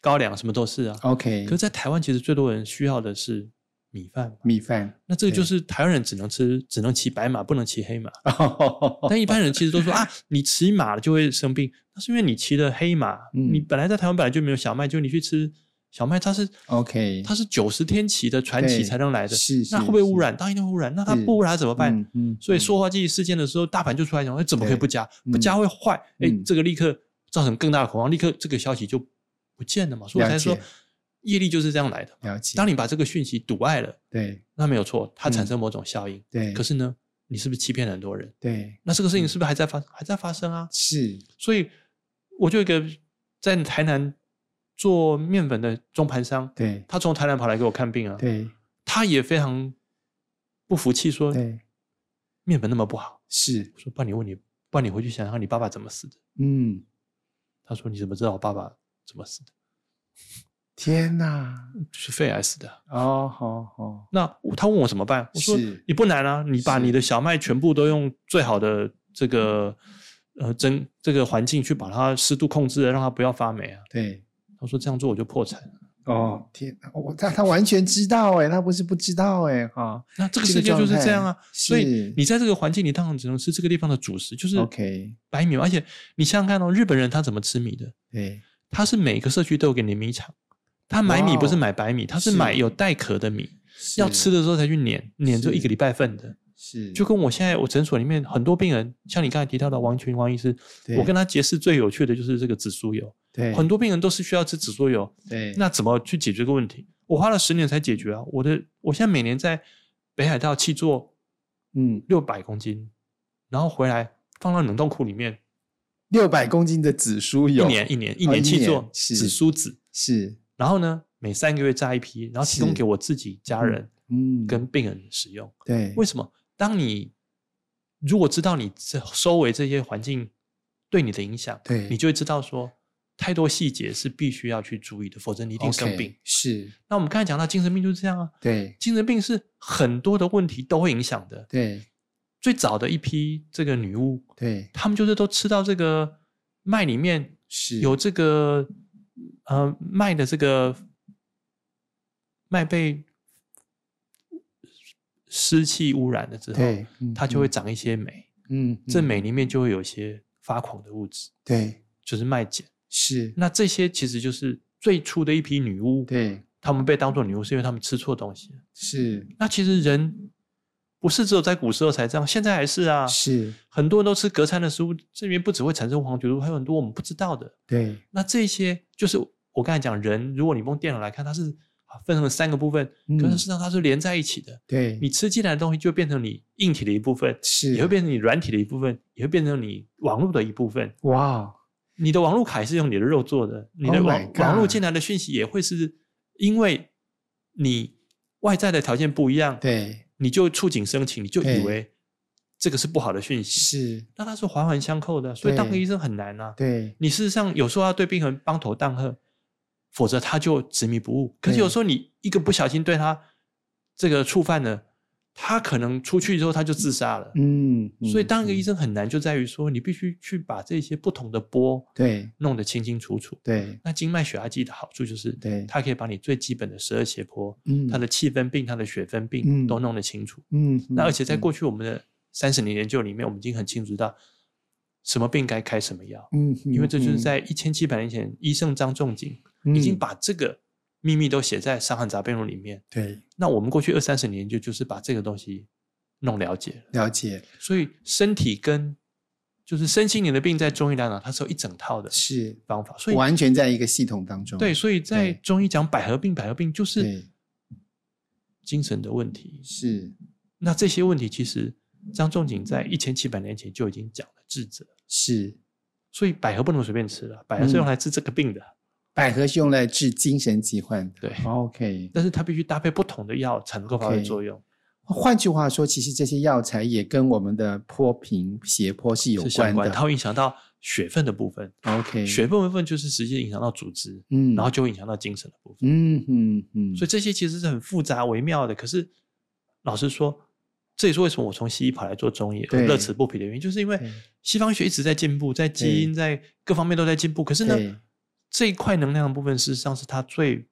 [SPEAKER 2] 高粱什么都是啊。
[SPEAKER 1] OK
[SPEAKER 2] 可是在台湾，其实最多人需要的是米饭嘛。
[SPEAKER 1] 米饭，
[SPEAKER 2] 那这个就
[SPEAKER 1] 对
[SPEAKER 2] 是台湾人只能吃，只能骑白马，不能骑黑马。
[SPEAKER 1] 哦
[SPEAKER 2] 但一般人其实都说 啊，你骑马了就会生病，那是因为你骑了黑马，
[SPEAKER 1] 嗯
[SPEAKER 2] 你本来在台湾本来就没有小麦，就你去吃小麦，它是
[SPEAKER 1] OK
[SPEAKER 2] 它是九十天期的传奇
[SPEAKER 1] 对
[SPEAKER 2] 才能来的，
[SPEAKER 1] 是是
[SPEAKER 2] 那会不会污
[SPEAKER 1] 是
[SPEAKER 2] 染？当然一定会污染，那它
[SPEAKER 1] 是
[SPEAKER 2] 不污染怎么办？
[SPEAKER 1] 嗯嗯
[SPEAKER 2] 所以
[SPEAKER 1] 嗯
[SPEAKER 2] 塑化剂事件的时候，大盘就出来讲，哎，怎么可以
[SPEAKER 1] 对
[SPEAKER 2] 不加？
[SPEAKER 1] 嗯
[SPEAKER 2] 不加会坏，哎、
[SPEAKER 1] 嗯
[SPEAKER 2] 这个立刻造成更大的恐慌，立刻这个消息就不见了嘛，所以我才
[SPEAKER 1] 了解
[SPEAKER 2] 说业力就是这样来的。
[SPEAKER 1] 了解，
[SPEAKER 2] 当你把这个讯息堵碍了，
[SPEAKER 1] 对
[SPEAKER 2] 那没有错，它产
[SPEAKER 1] 嗯
[SPEAKER 2] 生某种效应。
[SPEAKER 1] 对，
[SPEAKER 2] 可
[SPEAKER 1] 是
[SPEAKER 2] 是呢，你是不是欺骗了很多人？
[SPEAKER 1] 对
[SPEAKER 2] 那这个事情是不是还在发、还在发生啊？
[SPEAKER 1] 是
[SPEAKER 2] 所以我就有一个在台南做面粉的中盘商，
[SPEAKER 1] 对
[SPEAKER 2] 他从台南跑来给我看病啊，
[SPEAKER 1] 对
[SPEAKER 2] 他也非常不服气，说
[SPEAKER 1] 对
[SPEAKER 2] 面粉那么不好。
[SPEAKER 1] 是
[SPEAKER 2] 我说爸，你问你，爸，你回去想想你爸爸怎么死的。
[SPEAKER 1] 嗯，
[SPEAKER 2] 他说你怎么知道我爸爸怎么死的？
[SPEAKER 1] 天哪，
[SPEAKER 2] 是肺癌死的。啊
[SPEAKER 1] 哦好好，
[SPEAKER 2] 那我他问我怎么办？我说
[SPEAKER 1] 是
[SPEAKER 2] 你不难啊，你把
[SPEAKER 1] 是
[SPEAKER 2] 你的小麦全部都用最好的这个呃蒸这个环境去把它湿度控制了，让它不要发霉啊。
[SPEAKER 1] 对。
[SPEAKER 2] 他说这样做我就破产了。
[SPEAKER 1] 哦天哪，我他他完全知道哎，他不是不知道哎哈、
[SPEAKER 2] 那这个
[SPEAKER 1] 这
[SPEAKER 2] 世
[SPEAKER 1] 个
[SPEAKER 2] 界就是
[SPEAKER 1] 状态
[SPEAKER 2] 这样啊，所以
[SPEAKER 1] 是
[SPEAKER 2] 你在这个环境，你当然只能吃这个地方的主食，就是
[SPEAKER 1] OK
[SPEAKER 2] 白米嘛。而且你想想看哦，日本人他怎么吃米的？
[SPEAKER 1] 对
[SPEAKER 2] 他是每个社区都有给你米厂，他买米
[SPEAKER 1] 哇哦
[SPEAKER 2] 不是买白米，他是
[SPEAKER 1] 是
[SPEAKER 2] 买有带壳的米，要吃
[SPEAKER 1] 的
[SPEAKER 2] 的时候才去碾，碾就是一个礼拜份的。
[SPEAKER 1] 是，
[SPEAKER 2] 就跟我现在我诊所里面很多病人，像你刚才提到的王群王医师，
[SPEAKER 1] 对
[SPEAKER 2] 我跟他结识最有趣的就是这个紫苏油，
[SPEAKER 1] 对
[SPEAKER 2] 很多病人都是需要吃紫苏油，
[SPEAKER 1] 对
[SPEAKER 2] 那怎么去解决这个问题？我花了十年才解决啊！我的我现在每年在北海道气做
[SPEAKER 1] 嗯
[SPEAKER 2] 六百公斤，然后回来放到冷冻库里面，
[SPEAKER 1] 六百公斤的紫苏
[SPEAKER 2] 一
[SPEAKER 1] 油，
[SPEAKER 2] 年一年一
[SPEAKER 1] 哦
[SPEAKER 2] 年
[SPEAKER 1] 一
[SPEAKER 2] 气做
[SPEAKER 1] 年是
[SPEAKER 2] 紫苏籽，
[SPEAKER 1] 是
[SPEAKER 2] 然后呢每三个月榨一批，然后提供
[SPEAKER 1] 是
[SPEAKER 2] 给我自己家人
[SPEAKER 1] 嗯
[SPEAKER 2] 跟病人使用。
[SPEAKER 1] 对
[SPEAKER 2] 为什么？当你如果知道你这周围这些环境对你的影响，
[SPEAKER 1] 对
[SPEAKER 2] 你就会知道说太多细节是必须要去注意的，否则你一定生
[SPEAKER 1] OK，
[SPEAKER 2] 病。
[SPEAKER 1] 是
[SPEAKER 2] 那我们刚才讲到精神病就是这样啊，
[SPEAKER 1] 对
[SPEAKER 2] 精神病是很多的问题都会影响的。
[SPEAKER 1] 对
[SPEAKER 2] 最早的一批这个女巫，
[SPEAKER 1] 对
[SPEAKER 2] 她们就是都吃到这个麦里面
[SPEAKER 1] 是
[SPEAKER 2] 有这个呃麦的这个麦被湿气污染了之后，
[SPEAKER 1] 对，嗯
[SPEAKER 2] 它就会长一些酶，
[SPEAKER 1] 嗯嗯
[SPEAKER 2] 这
[SPEAKER 1] 嗯
[SPEAKER 2] 酶里面就会有一些发狂的物质，
[SPEAKER 1] 对
[SPEAKER 2] 就是麦碱。
[SPEAKER 1] 是
[SPEAKER 2] 那这些其实就是最初的一批女巫，
[SPEAKER 1] 对
[SPEAKER 2] 她们被当做女巫是因为她们吃错东西了。
[SPEAKER 1] 是
[SPEAKER 2] 那其实人不是只有在古时候才这样，现在还是啊。
[SPEAKER 1] 是，
[SPEAKER 2] 很多人都吃隔餐的食物，这边不只会产生黄曲毒，还有很多我们不知道的。
[SPEAKER 1] 对
[SPEAKER 2] 那这些就是我刚才讲，人如果你用电脑来看，它是啊分成三个部分，
[SPEAKER 1] 嗯
[SPEAKER 2] 可是事实上它是连在一起的。
[SPEAKER 1] 对
[SPEAKER 2] 你吃进来的东西就变成你硬体的一部分，
[SPEAKER 1] 是
[SPEAKER 2] 也会变成你软体的一部分，也会变成你网络的一部分。
[SPEAKER 1] 哇
[SPEAKER 2] 你的网络卡也是用你的肉做的，你的
[SPEAKER 1] Oh
[SPEAKER 2] 网、
[SPEAKER 1] my God
[SPEAKER 2] 网络进来的讯息也会是因为你外在的条件不一样，
[SPEAKER 1] 对
[SPEAKER 2] 你就触景生情，你就
[SPEAKER 1] 对
[SPEAKER 2] 以为这个是不好的讯息，
[SPEAKER 1] 是
[SPEAKER 2] 那它是环环相扣的，所以当个
[SPEAKER 1] 对
[SPEAKER 2] 医生很难啊。
[SPEAKER 1] 对
[SPEAKER 2] 你事实上有时候要对病人帮头当喝，否则他就执迷不悟。可是
[SPEAKER 1] 对
[SPEAKER 2] 有时候你一个不小心对他这个触犯了，他可能出去之后他就自杀了。
[SPEAKER 1] 嗯，
[SPEAKER 2] 所以
[SPEAKER 1] 嗯
[SPEAKER 2] 当一个
[SPEAKER 1] 嗯
[SPEAKER 2] 医生很难，就在于说你必须去把这些不同的波
[SPEAKER 1] 对
[SPEAKER 2] 弄得清清楚楚。
[SPEAKER 1] 对
[SPEAKER 2] 那经脉血压计的好处就是，
[SPEAKER 1] 对
[SPEAKER 2] 它可以把你最基本的十二斜坡、
[SPEAKER 1] 嗯
[SPEAKER 2] 它的气分病、它的血分
[SPEAKER 1] 嗯
[SPEAKER 2] 病都弄得清楚。
[SPEAKER 1] 嗯，
[SPEAKER 2] 那
[SPEAKER 1] 嗯
[SPEAKER 2] 而且在
[SPEAKER 1] 嗯
[SPEAKER 2] 过去我们的三十年研究里面，我们已经很清楚知道什么病该开什么药，
[SPEAKER 1] 嗯，
[SPEAKER 2] 因为这就是
[SPEAKER 1] 嗯
[SPEAKER 2] 在一千七百年前，医圣张仲景已经
[SPEAKER 1] 嗯
[SPEAKER 2] 把这个秘密都写在《伤寒杂病论》里面。
[SPEAKER 1] 对
[SPEAKER 2] 那我们过去二三十年就就是把这个东西弄了解了，
[SPEAKER 1] 了解
[SPEAKER 2] 所以身体跟就是身心灵的病，在中医来讲，它是有一整套的
[SPEAKER 1] 是
[SPEAKER 2] 方法，所以
[SPEAKER 1] 完全在一个系统当中，
[SPEAKER 2] 对，所以在
[SPEAKER 1] 对
[SPEAKER 2] 中医讲百合病，百合病就是
[SPEAKER 1] 对
[SPEAKER 2] 精神的问题。
[SPEAKER 1] 是
[SPEAKER 2] 那这些问题其实张仲景在一千七百年前就已经讲了治则，
[SPEAKER 1] 是
[SPEAKER 2] 所以百合不能随便吃了，百合是用
[SPEAKER 1] 嗯
[SPEAKER 2] 来治这个病的，
[SPEAKER 1] 百合是用来治精神疾患的，
[SPEAKER 2] 对
[SPEAKER 1] ，OK。
[SPEAKER 2] 但是它必须搭配不同的药才能够发挥
[SPEAKER 1] OK
[SPEAKER 2] 作用。
[SPEAKER 1] 换句话说，其实这些药材也跟我们的坡平斜坡是有
[SPEAKER 2] 是相
[SPEAKER 1] 关
[SPEAKER 2] 关，
[SPEAKER 1] 的
[SPEAKER 2] 它会影响到血分的部分，
[SPEAKER 1] ，OK。
[SPEAKER 2] 血分部分就是直接影响到组织，
[SPEAKER 1] 嗯，
[SPEAKER 2] 然后就会影响到精神的部分。
[SPEAKER 1] 嗯嗯嗯，
[SPEAKER 2] 所以这些其实是很复杂微妙的。可是老实说，这也是为什么我从西医跑来做中医，
[SPEAKER 1] 对
[SPEAKER 2] 乐此不疲的原因，就是因为
[SPEAKER 1] 对
[SPEAKER 2] 西方医学一直在进步，在基因在各方面都在进步。可是
[SPEAKER 1] 对
[SPEAKER 2] 呢，这一块能量的部分，事实上是他最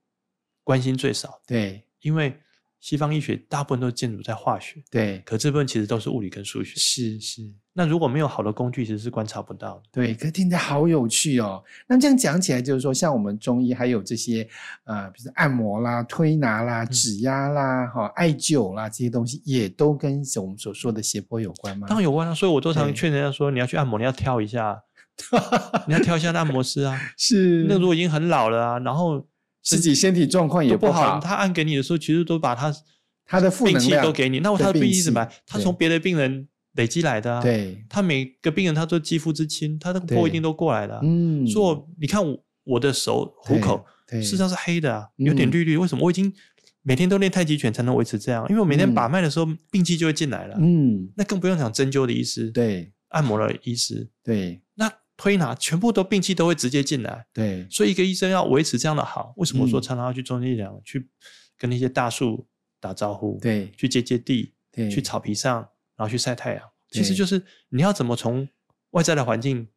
[SPEAKER 2] 关心最少的，
[SPEAKER 1] 对
[SPEAKER 2] 因为西方医学大部分都建筑在化学，
[SPEAKER 1] 对
[SPEAKER 2] 可这部分其实都是物理跟数学。
[SPEAKER 1] 是是，
[SPEAKER 2] 那如果没有好的工具，其实是观察不到的。
[SPEAKER 1] 对，可是听起来好有趣哦。那这样讲起来，就是说，像我们中医还有这些呃，比如说按摩啦、推拿
[SPEAKER 2] 嗯
[SPEAKER 1] 啦、指压啦、哈、艾灸啦这些东西，也都跟我们所说的斜坡有关吗？
[SPEAKER 2] 当然有关啊，所以我都常
[SPEAKER 1] 嗯对
[SPEAKER 2] 劝人家说，你要去按摩，你要挑一 下，啊你要挑一下那按摩师啊。
[SPEAKER 1] 是
[SPEAKER 2] 那如果已经很老了啊，然后
[SPEAKER 1] 自己身体状况也
[SPEAKER 2] 都不
[SPEAKER 1] 好，
[SPEAKER 2] 他按给你的时候，其实都把他
[SPEAKER 1] 他的负
[SPEAKER 2] 病
[SPEAKER 1] 能
[SPEAKER 2] 气
[SPEAKER 1] 量
[SPEAKER 2] 都给你，那我
[SPEAKER 1] 对
[SPEAKER 2] 他的
[SPEAKER 1] 病
[SPEAKER 2] 病气怎么
[SPEAKER 1] 气
[SPEAKER 2] 办？他从
[SPEAKER 1] 对
[SPEAKER 2] 别的病人累积来的啊。，
[SPEAKER 1] 对，
[SPEAKER 2] 他每个病人他都肌肤之亲，他那个
[SPEAKER 1] 对
[SPEAKER 2] 波一定都过来的、啊。
[SPEAKER 1] 嗯，
[SPEAKER 2] 所以我你看我我的手虎口
[SPEAKER 1] 对嗯
[SPEAKER 2] 事实上是黑的、啊，有点绿绿，为什么？我已经每天都练太极拳才能维持这样，因为我每天
[SPEAKER 1] 嗯
[SPEAKER 2] 把脉的时候病气就会进来了。
[SPEAKER 1] 嗯，
[SPEAKER 2] 那更不用讲针灸的医师、
[SPEAKER 1] 对
[SPEAKER 2] 按摩的医师，
[SPEAKER 1] 对
[SPEAKER 2] 那推拿全部都病气都会直接进来。
[SPEAKER 1] 对
[SPEAKER 2] 所以一个医生要维持这样的好，为什么我说
[SPEAKER 1] 嗯
[SPEAKER 2] 常常要去中医疗，去跟那些大树打招呼，，
[SPEAKER 1] 对
[SPEAKER 2] 去接接地，
[SPEAKER 1] 对，
[SPEAKER 2] 去草皮上，然后去晒太阳。其实
[SPEAKER 1] 对
[SPEAKER 2] 就是你要怎么从外在的环境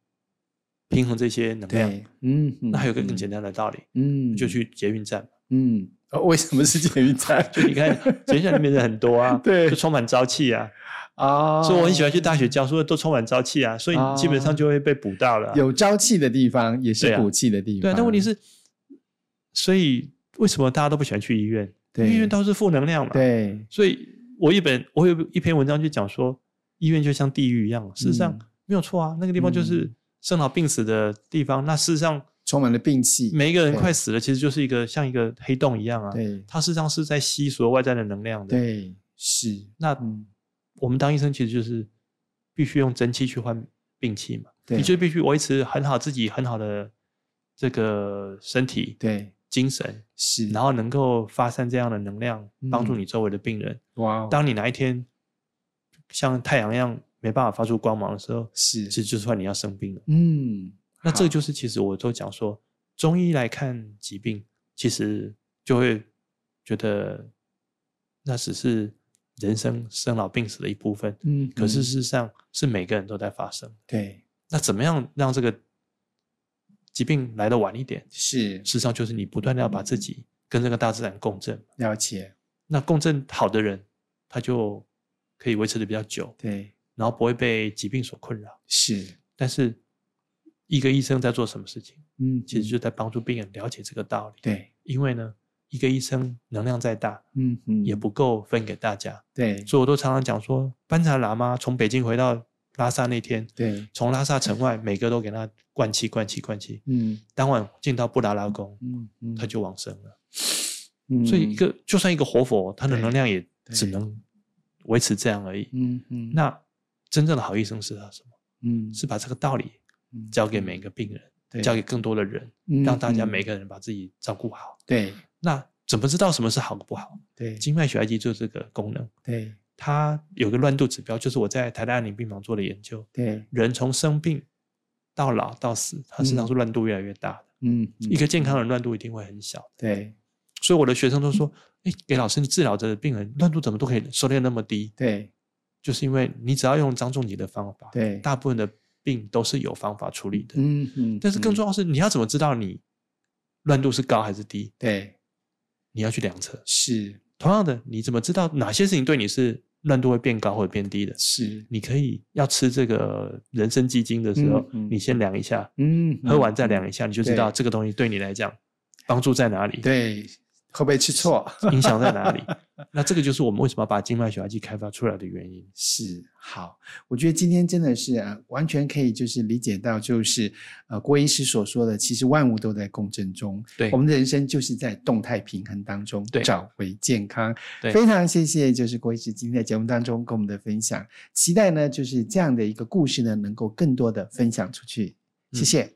[SPEAKER 2] 平衡这些能量。
[SPEAKER 1] 对，嗯，
[SPEAKER 2] 那还有一个
[SPEAKER 1] 嗯
[SPEAKER 2] 更简单的道理，
[SPEAKER 1] 嗯，
[SPEAKER 2] 就去捷运站。
[SPEAKER 1] 嗯，哦为什么是捷运站？
[SPEAKER 2] 就你看，捷运站里面人很多啊，
[SPEAKER 1] 对
[SPEAKER 2] 就充满朝气啊。
[SPEAKER 1] 啊，
[SPEAKER 2] 所以我很喜欢去大学教书，都充满朝气啊，所以你基本上就会被补到了啊。
[SPEAKER 1] 哦有朝气的地方，也是
[SPEAKER 2] 对啊
[SPEAKER 1] 补气的地方。
[SPEAKER 2] 对啊，但问题，是，所以为什么大家都不喜欢去医院？
[SPEAKER 1] 对
[SPEAKER 2] 因为医院都是负能量嘛。
[SPEAKER 1] 对
[SPEAKER 2] 所以我一本我有一篇文章就讲说，医院就像地狱一样，事实上、
[SPEAKER 1] 嗯
[SPEAKER 2] 没有错啊，那个地方就是
[SPEAKER 1] 嗯
[SPEAKER 2] 生老病死的地方。那事实上，
[SPEAKER 1] 充满了病气，
[SPEAKER 2] 每一个人
[SPEAKER 1] 对
[SPEAKER 2] 快死了，其实就是一个像一个黑洞一样啊，
[SPEAKER 1] 对
[SPEAKER 2] 它事实上是在吸所有外在的能量的。
[SPEAKER 1] 对是，
[SPEAKER 2] 那
[SPEAKER 1] 嗯，
[SPEAKER 2] 我们当医生其实就是必须用真气去换病气嘛，
[SPEAKER 1] 对
[SPEAKER 2] 你就必须维持很好自己很好的这个身体、
[SPEAKER 1] 对
[SPEAKER 2] 精神，
[SPEAKER 1] 是，
[SPEAKER 2] 然后能够发散这样的能量，帮助
[SPEAKER 1] 嗯
[SPEAKER 2] 你周围的病人。
[SPEAKER 1] 哇哦，
[SPEAKER 2] 当你哪一天像太阳一样没办法发出光芒的时候，
[SPEAKER 1] 是
[SPEAKER 2] 其实就算你要生病了。
[SPEAKER 1] 嗯，
[SPEAKER 2] 那这
[SPEAKER 1] 好
[SPEAKER 2] 个就是其实我都讲说，中医来看疾病，其实就会觉得那只是人生生老病死的一部分，
[SPEAKER 1] 嗯，
[SPEAKER 2] 可是
[SPEAKER 1] 嗯
[SPEAKER 2] 事实上是每个人都在发生。
[SPEAKER 1] 对
[SPEAKER 2] 那怎么样让这个疾病来的晚一点？
[SPEAKER 1] 是
[SPEAKER 2] 事实上就是你不断的要把自己跟这个大自然共振。
[SPEAKER 1] 了解，
[SPEAKER 2] 那共振好的人，他就可以维持的比较久，
[SPEAKER 1] 对
[SPEAKER 2] 然后不会被疾病所困扰。
[SPEAKER 1] 是，
[SPEAKER 2] 但是一个医生在做什么事情？
[SPEAKER 1] 嗯，
[SPEAKER 2] 其
[SPEAKER 1] 嗯
[SPEAKER 2] 实就在帮助病人了解这个道理。，
[SPEAKER 1] 对，
[SPEAKER 2] 因为呢，一个医生能量再大，
[SPEAKER 1] 嗯嗯，
[SPEAKER 2] 也不够分给大家，
[SPEAKER 1] 对
[SPEAKER 2] 所以我都常常讲说，班禅喇嘛从北京回到拉萨那天，
[SPEAKER 1] 对，
[SPEAKER 2] 从拉萨城外每个都给他灌气、灌气、灌气，
[SPEAKER 1] 嗯
[SPEAKER 2] 当晚进到布达拉宫，
[SPEAKER 1] 嗯嗯，
[SPEAKER 2] 他就往生了。
[SPEAKER 1] 嗯
[SPEAKER 2] 所以一个就算一个活佛，他的
[SPEAKER 1] 对
[SPEAKER 2] 能量也只
[SPEAKER 1] 对
[SPEAKER 2] 能维持这样而已。
[SPEAKER 1] 嗯嗯，
[SPEAKER 2] 那真正的好医生是他什么？
[SPEAKER 1] 嗯
[SPEAKER 2] 是把这个道理
[SPEAKER 1] 嗯
[SPEAKER 2] 交给每
[SPEAKER 1] 嗯
[SPEAKER 2] 个病人，
[SPEAKER 1] 对
[SPEAKER 2] 交给更多的人，
[SPEAKER 1] 嗯
[SPEAKER 2] 让大家
[SPEAKER 1] 嗯
[SPEAKER 2] 每个人把自己照顾好。
[SPEAKER 1] 对
[SPEAKER 2] 那怎么知道什么是好不好？
[SPEAKER 1] 对
[SPEAKER 2] 经脉血压计就这个功能，
[SPEAKER 1] 对
[SPEAKER 2] 它有个乱度指标，就是我在台大安宁病房做的研究，
[SPEAKER 1] 对，
[SPEAKER 2] 人从生病到老到死，它实际
[SPEAKER 1] 嗯
[SPEAKER 2] 上是乱度越来越大的。
[SPEAKER 1] 嗯
[SPEAKER 2] 一个健康人乱度一定会很小，
[SPEAKER 1] 对
[SPEAKER 2] 所以我的学生都
[SPEAKER 1] 嗯
[SPEAKER 2] 说：“哎，给老师，你治疗的病人乱度怎么都可以收敛那么低？
[SPEAKER 1] 对
[SPEAKER 2] 就是因为你只要用张仲景的方法，
[SPEAKER 1] 对，
[SPEAKER 2] 大部分的病都是有方法处理的。
[SPEAKER 1] 嗯嗯，
[SPEAKER 2] 但是更
[SPEAKER 1] 嗯
[SPEAKER 2] 重要的是，你要怎么知道你乱度是高还是低？
[SPEAKER 1] 对
[SPEAKER 2] 你要去量测。
[SPEAKER 1] 是
[SPEAKER 2] 同样的，你怎么知道哪些事情对你是乱度会变高或者变低的？
[SPEAKER 1] 是，
[SPEAKER 2] 你可以要吃这个人参鸡精的时候，
[SPEAKER 1] 嗯嗯
[SPEAKER 2] 你先量一下，
[SPEAKER 1] 嗯，
[SPEAKER 2] 喝完
[SPEAKER 1] 嗯
[SPEAKER 2] 再量一下，你就知道
[SPEAKER 1] 对
[SPEAKER 2] 这个东西对你来讲帮助在哪里，
[SPEAKER 1] 对会不会吃 错？
[SPEAKER 2] 影响 在哪里。那这个就是我们为什么要把静脉血压计开发出来的原因。
[SPEAKER 1] 是好，我觉得今天真的是、呃、完全可以就是理解到，就是呃郭医师所说的，其实万物都在共振中，
[SPEAKER 2] 对
[SPEAKER 1] 我们的人生就是在动态平衡当中
[SPEAKER 2] 对
[SPEAKER 1] 找回健康。
[SPEAKER 2] 对
[SPEAKER 1] 非常谢谢就是郭医师今天在节目当中跟我们的分享，期待呢就是这样的一个故事呢能够更多的分享出去，谢
[SPEAKER 2] 嗯
[SPEAKER 1] 谢。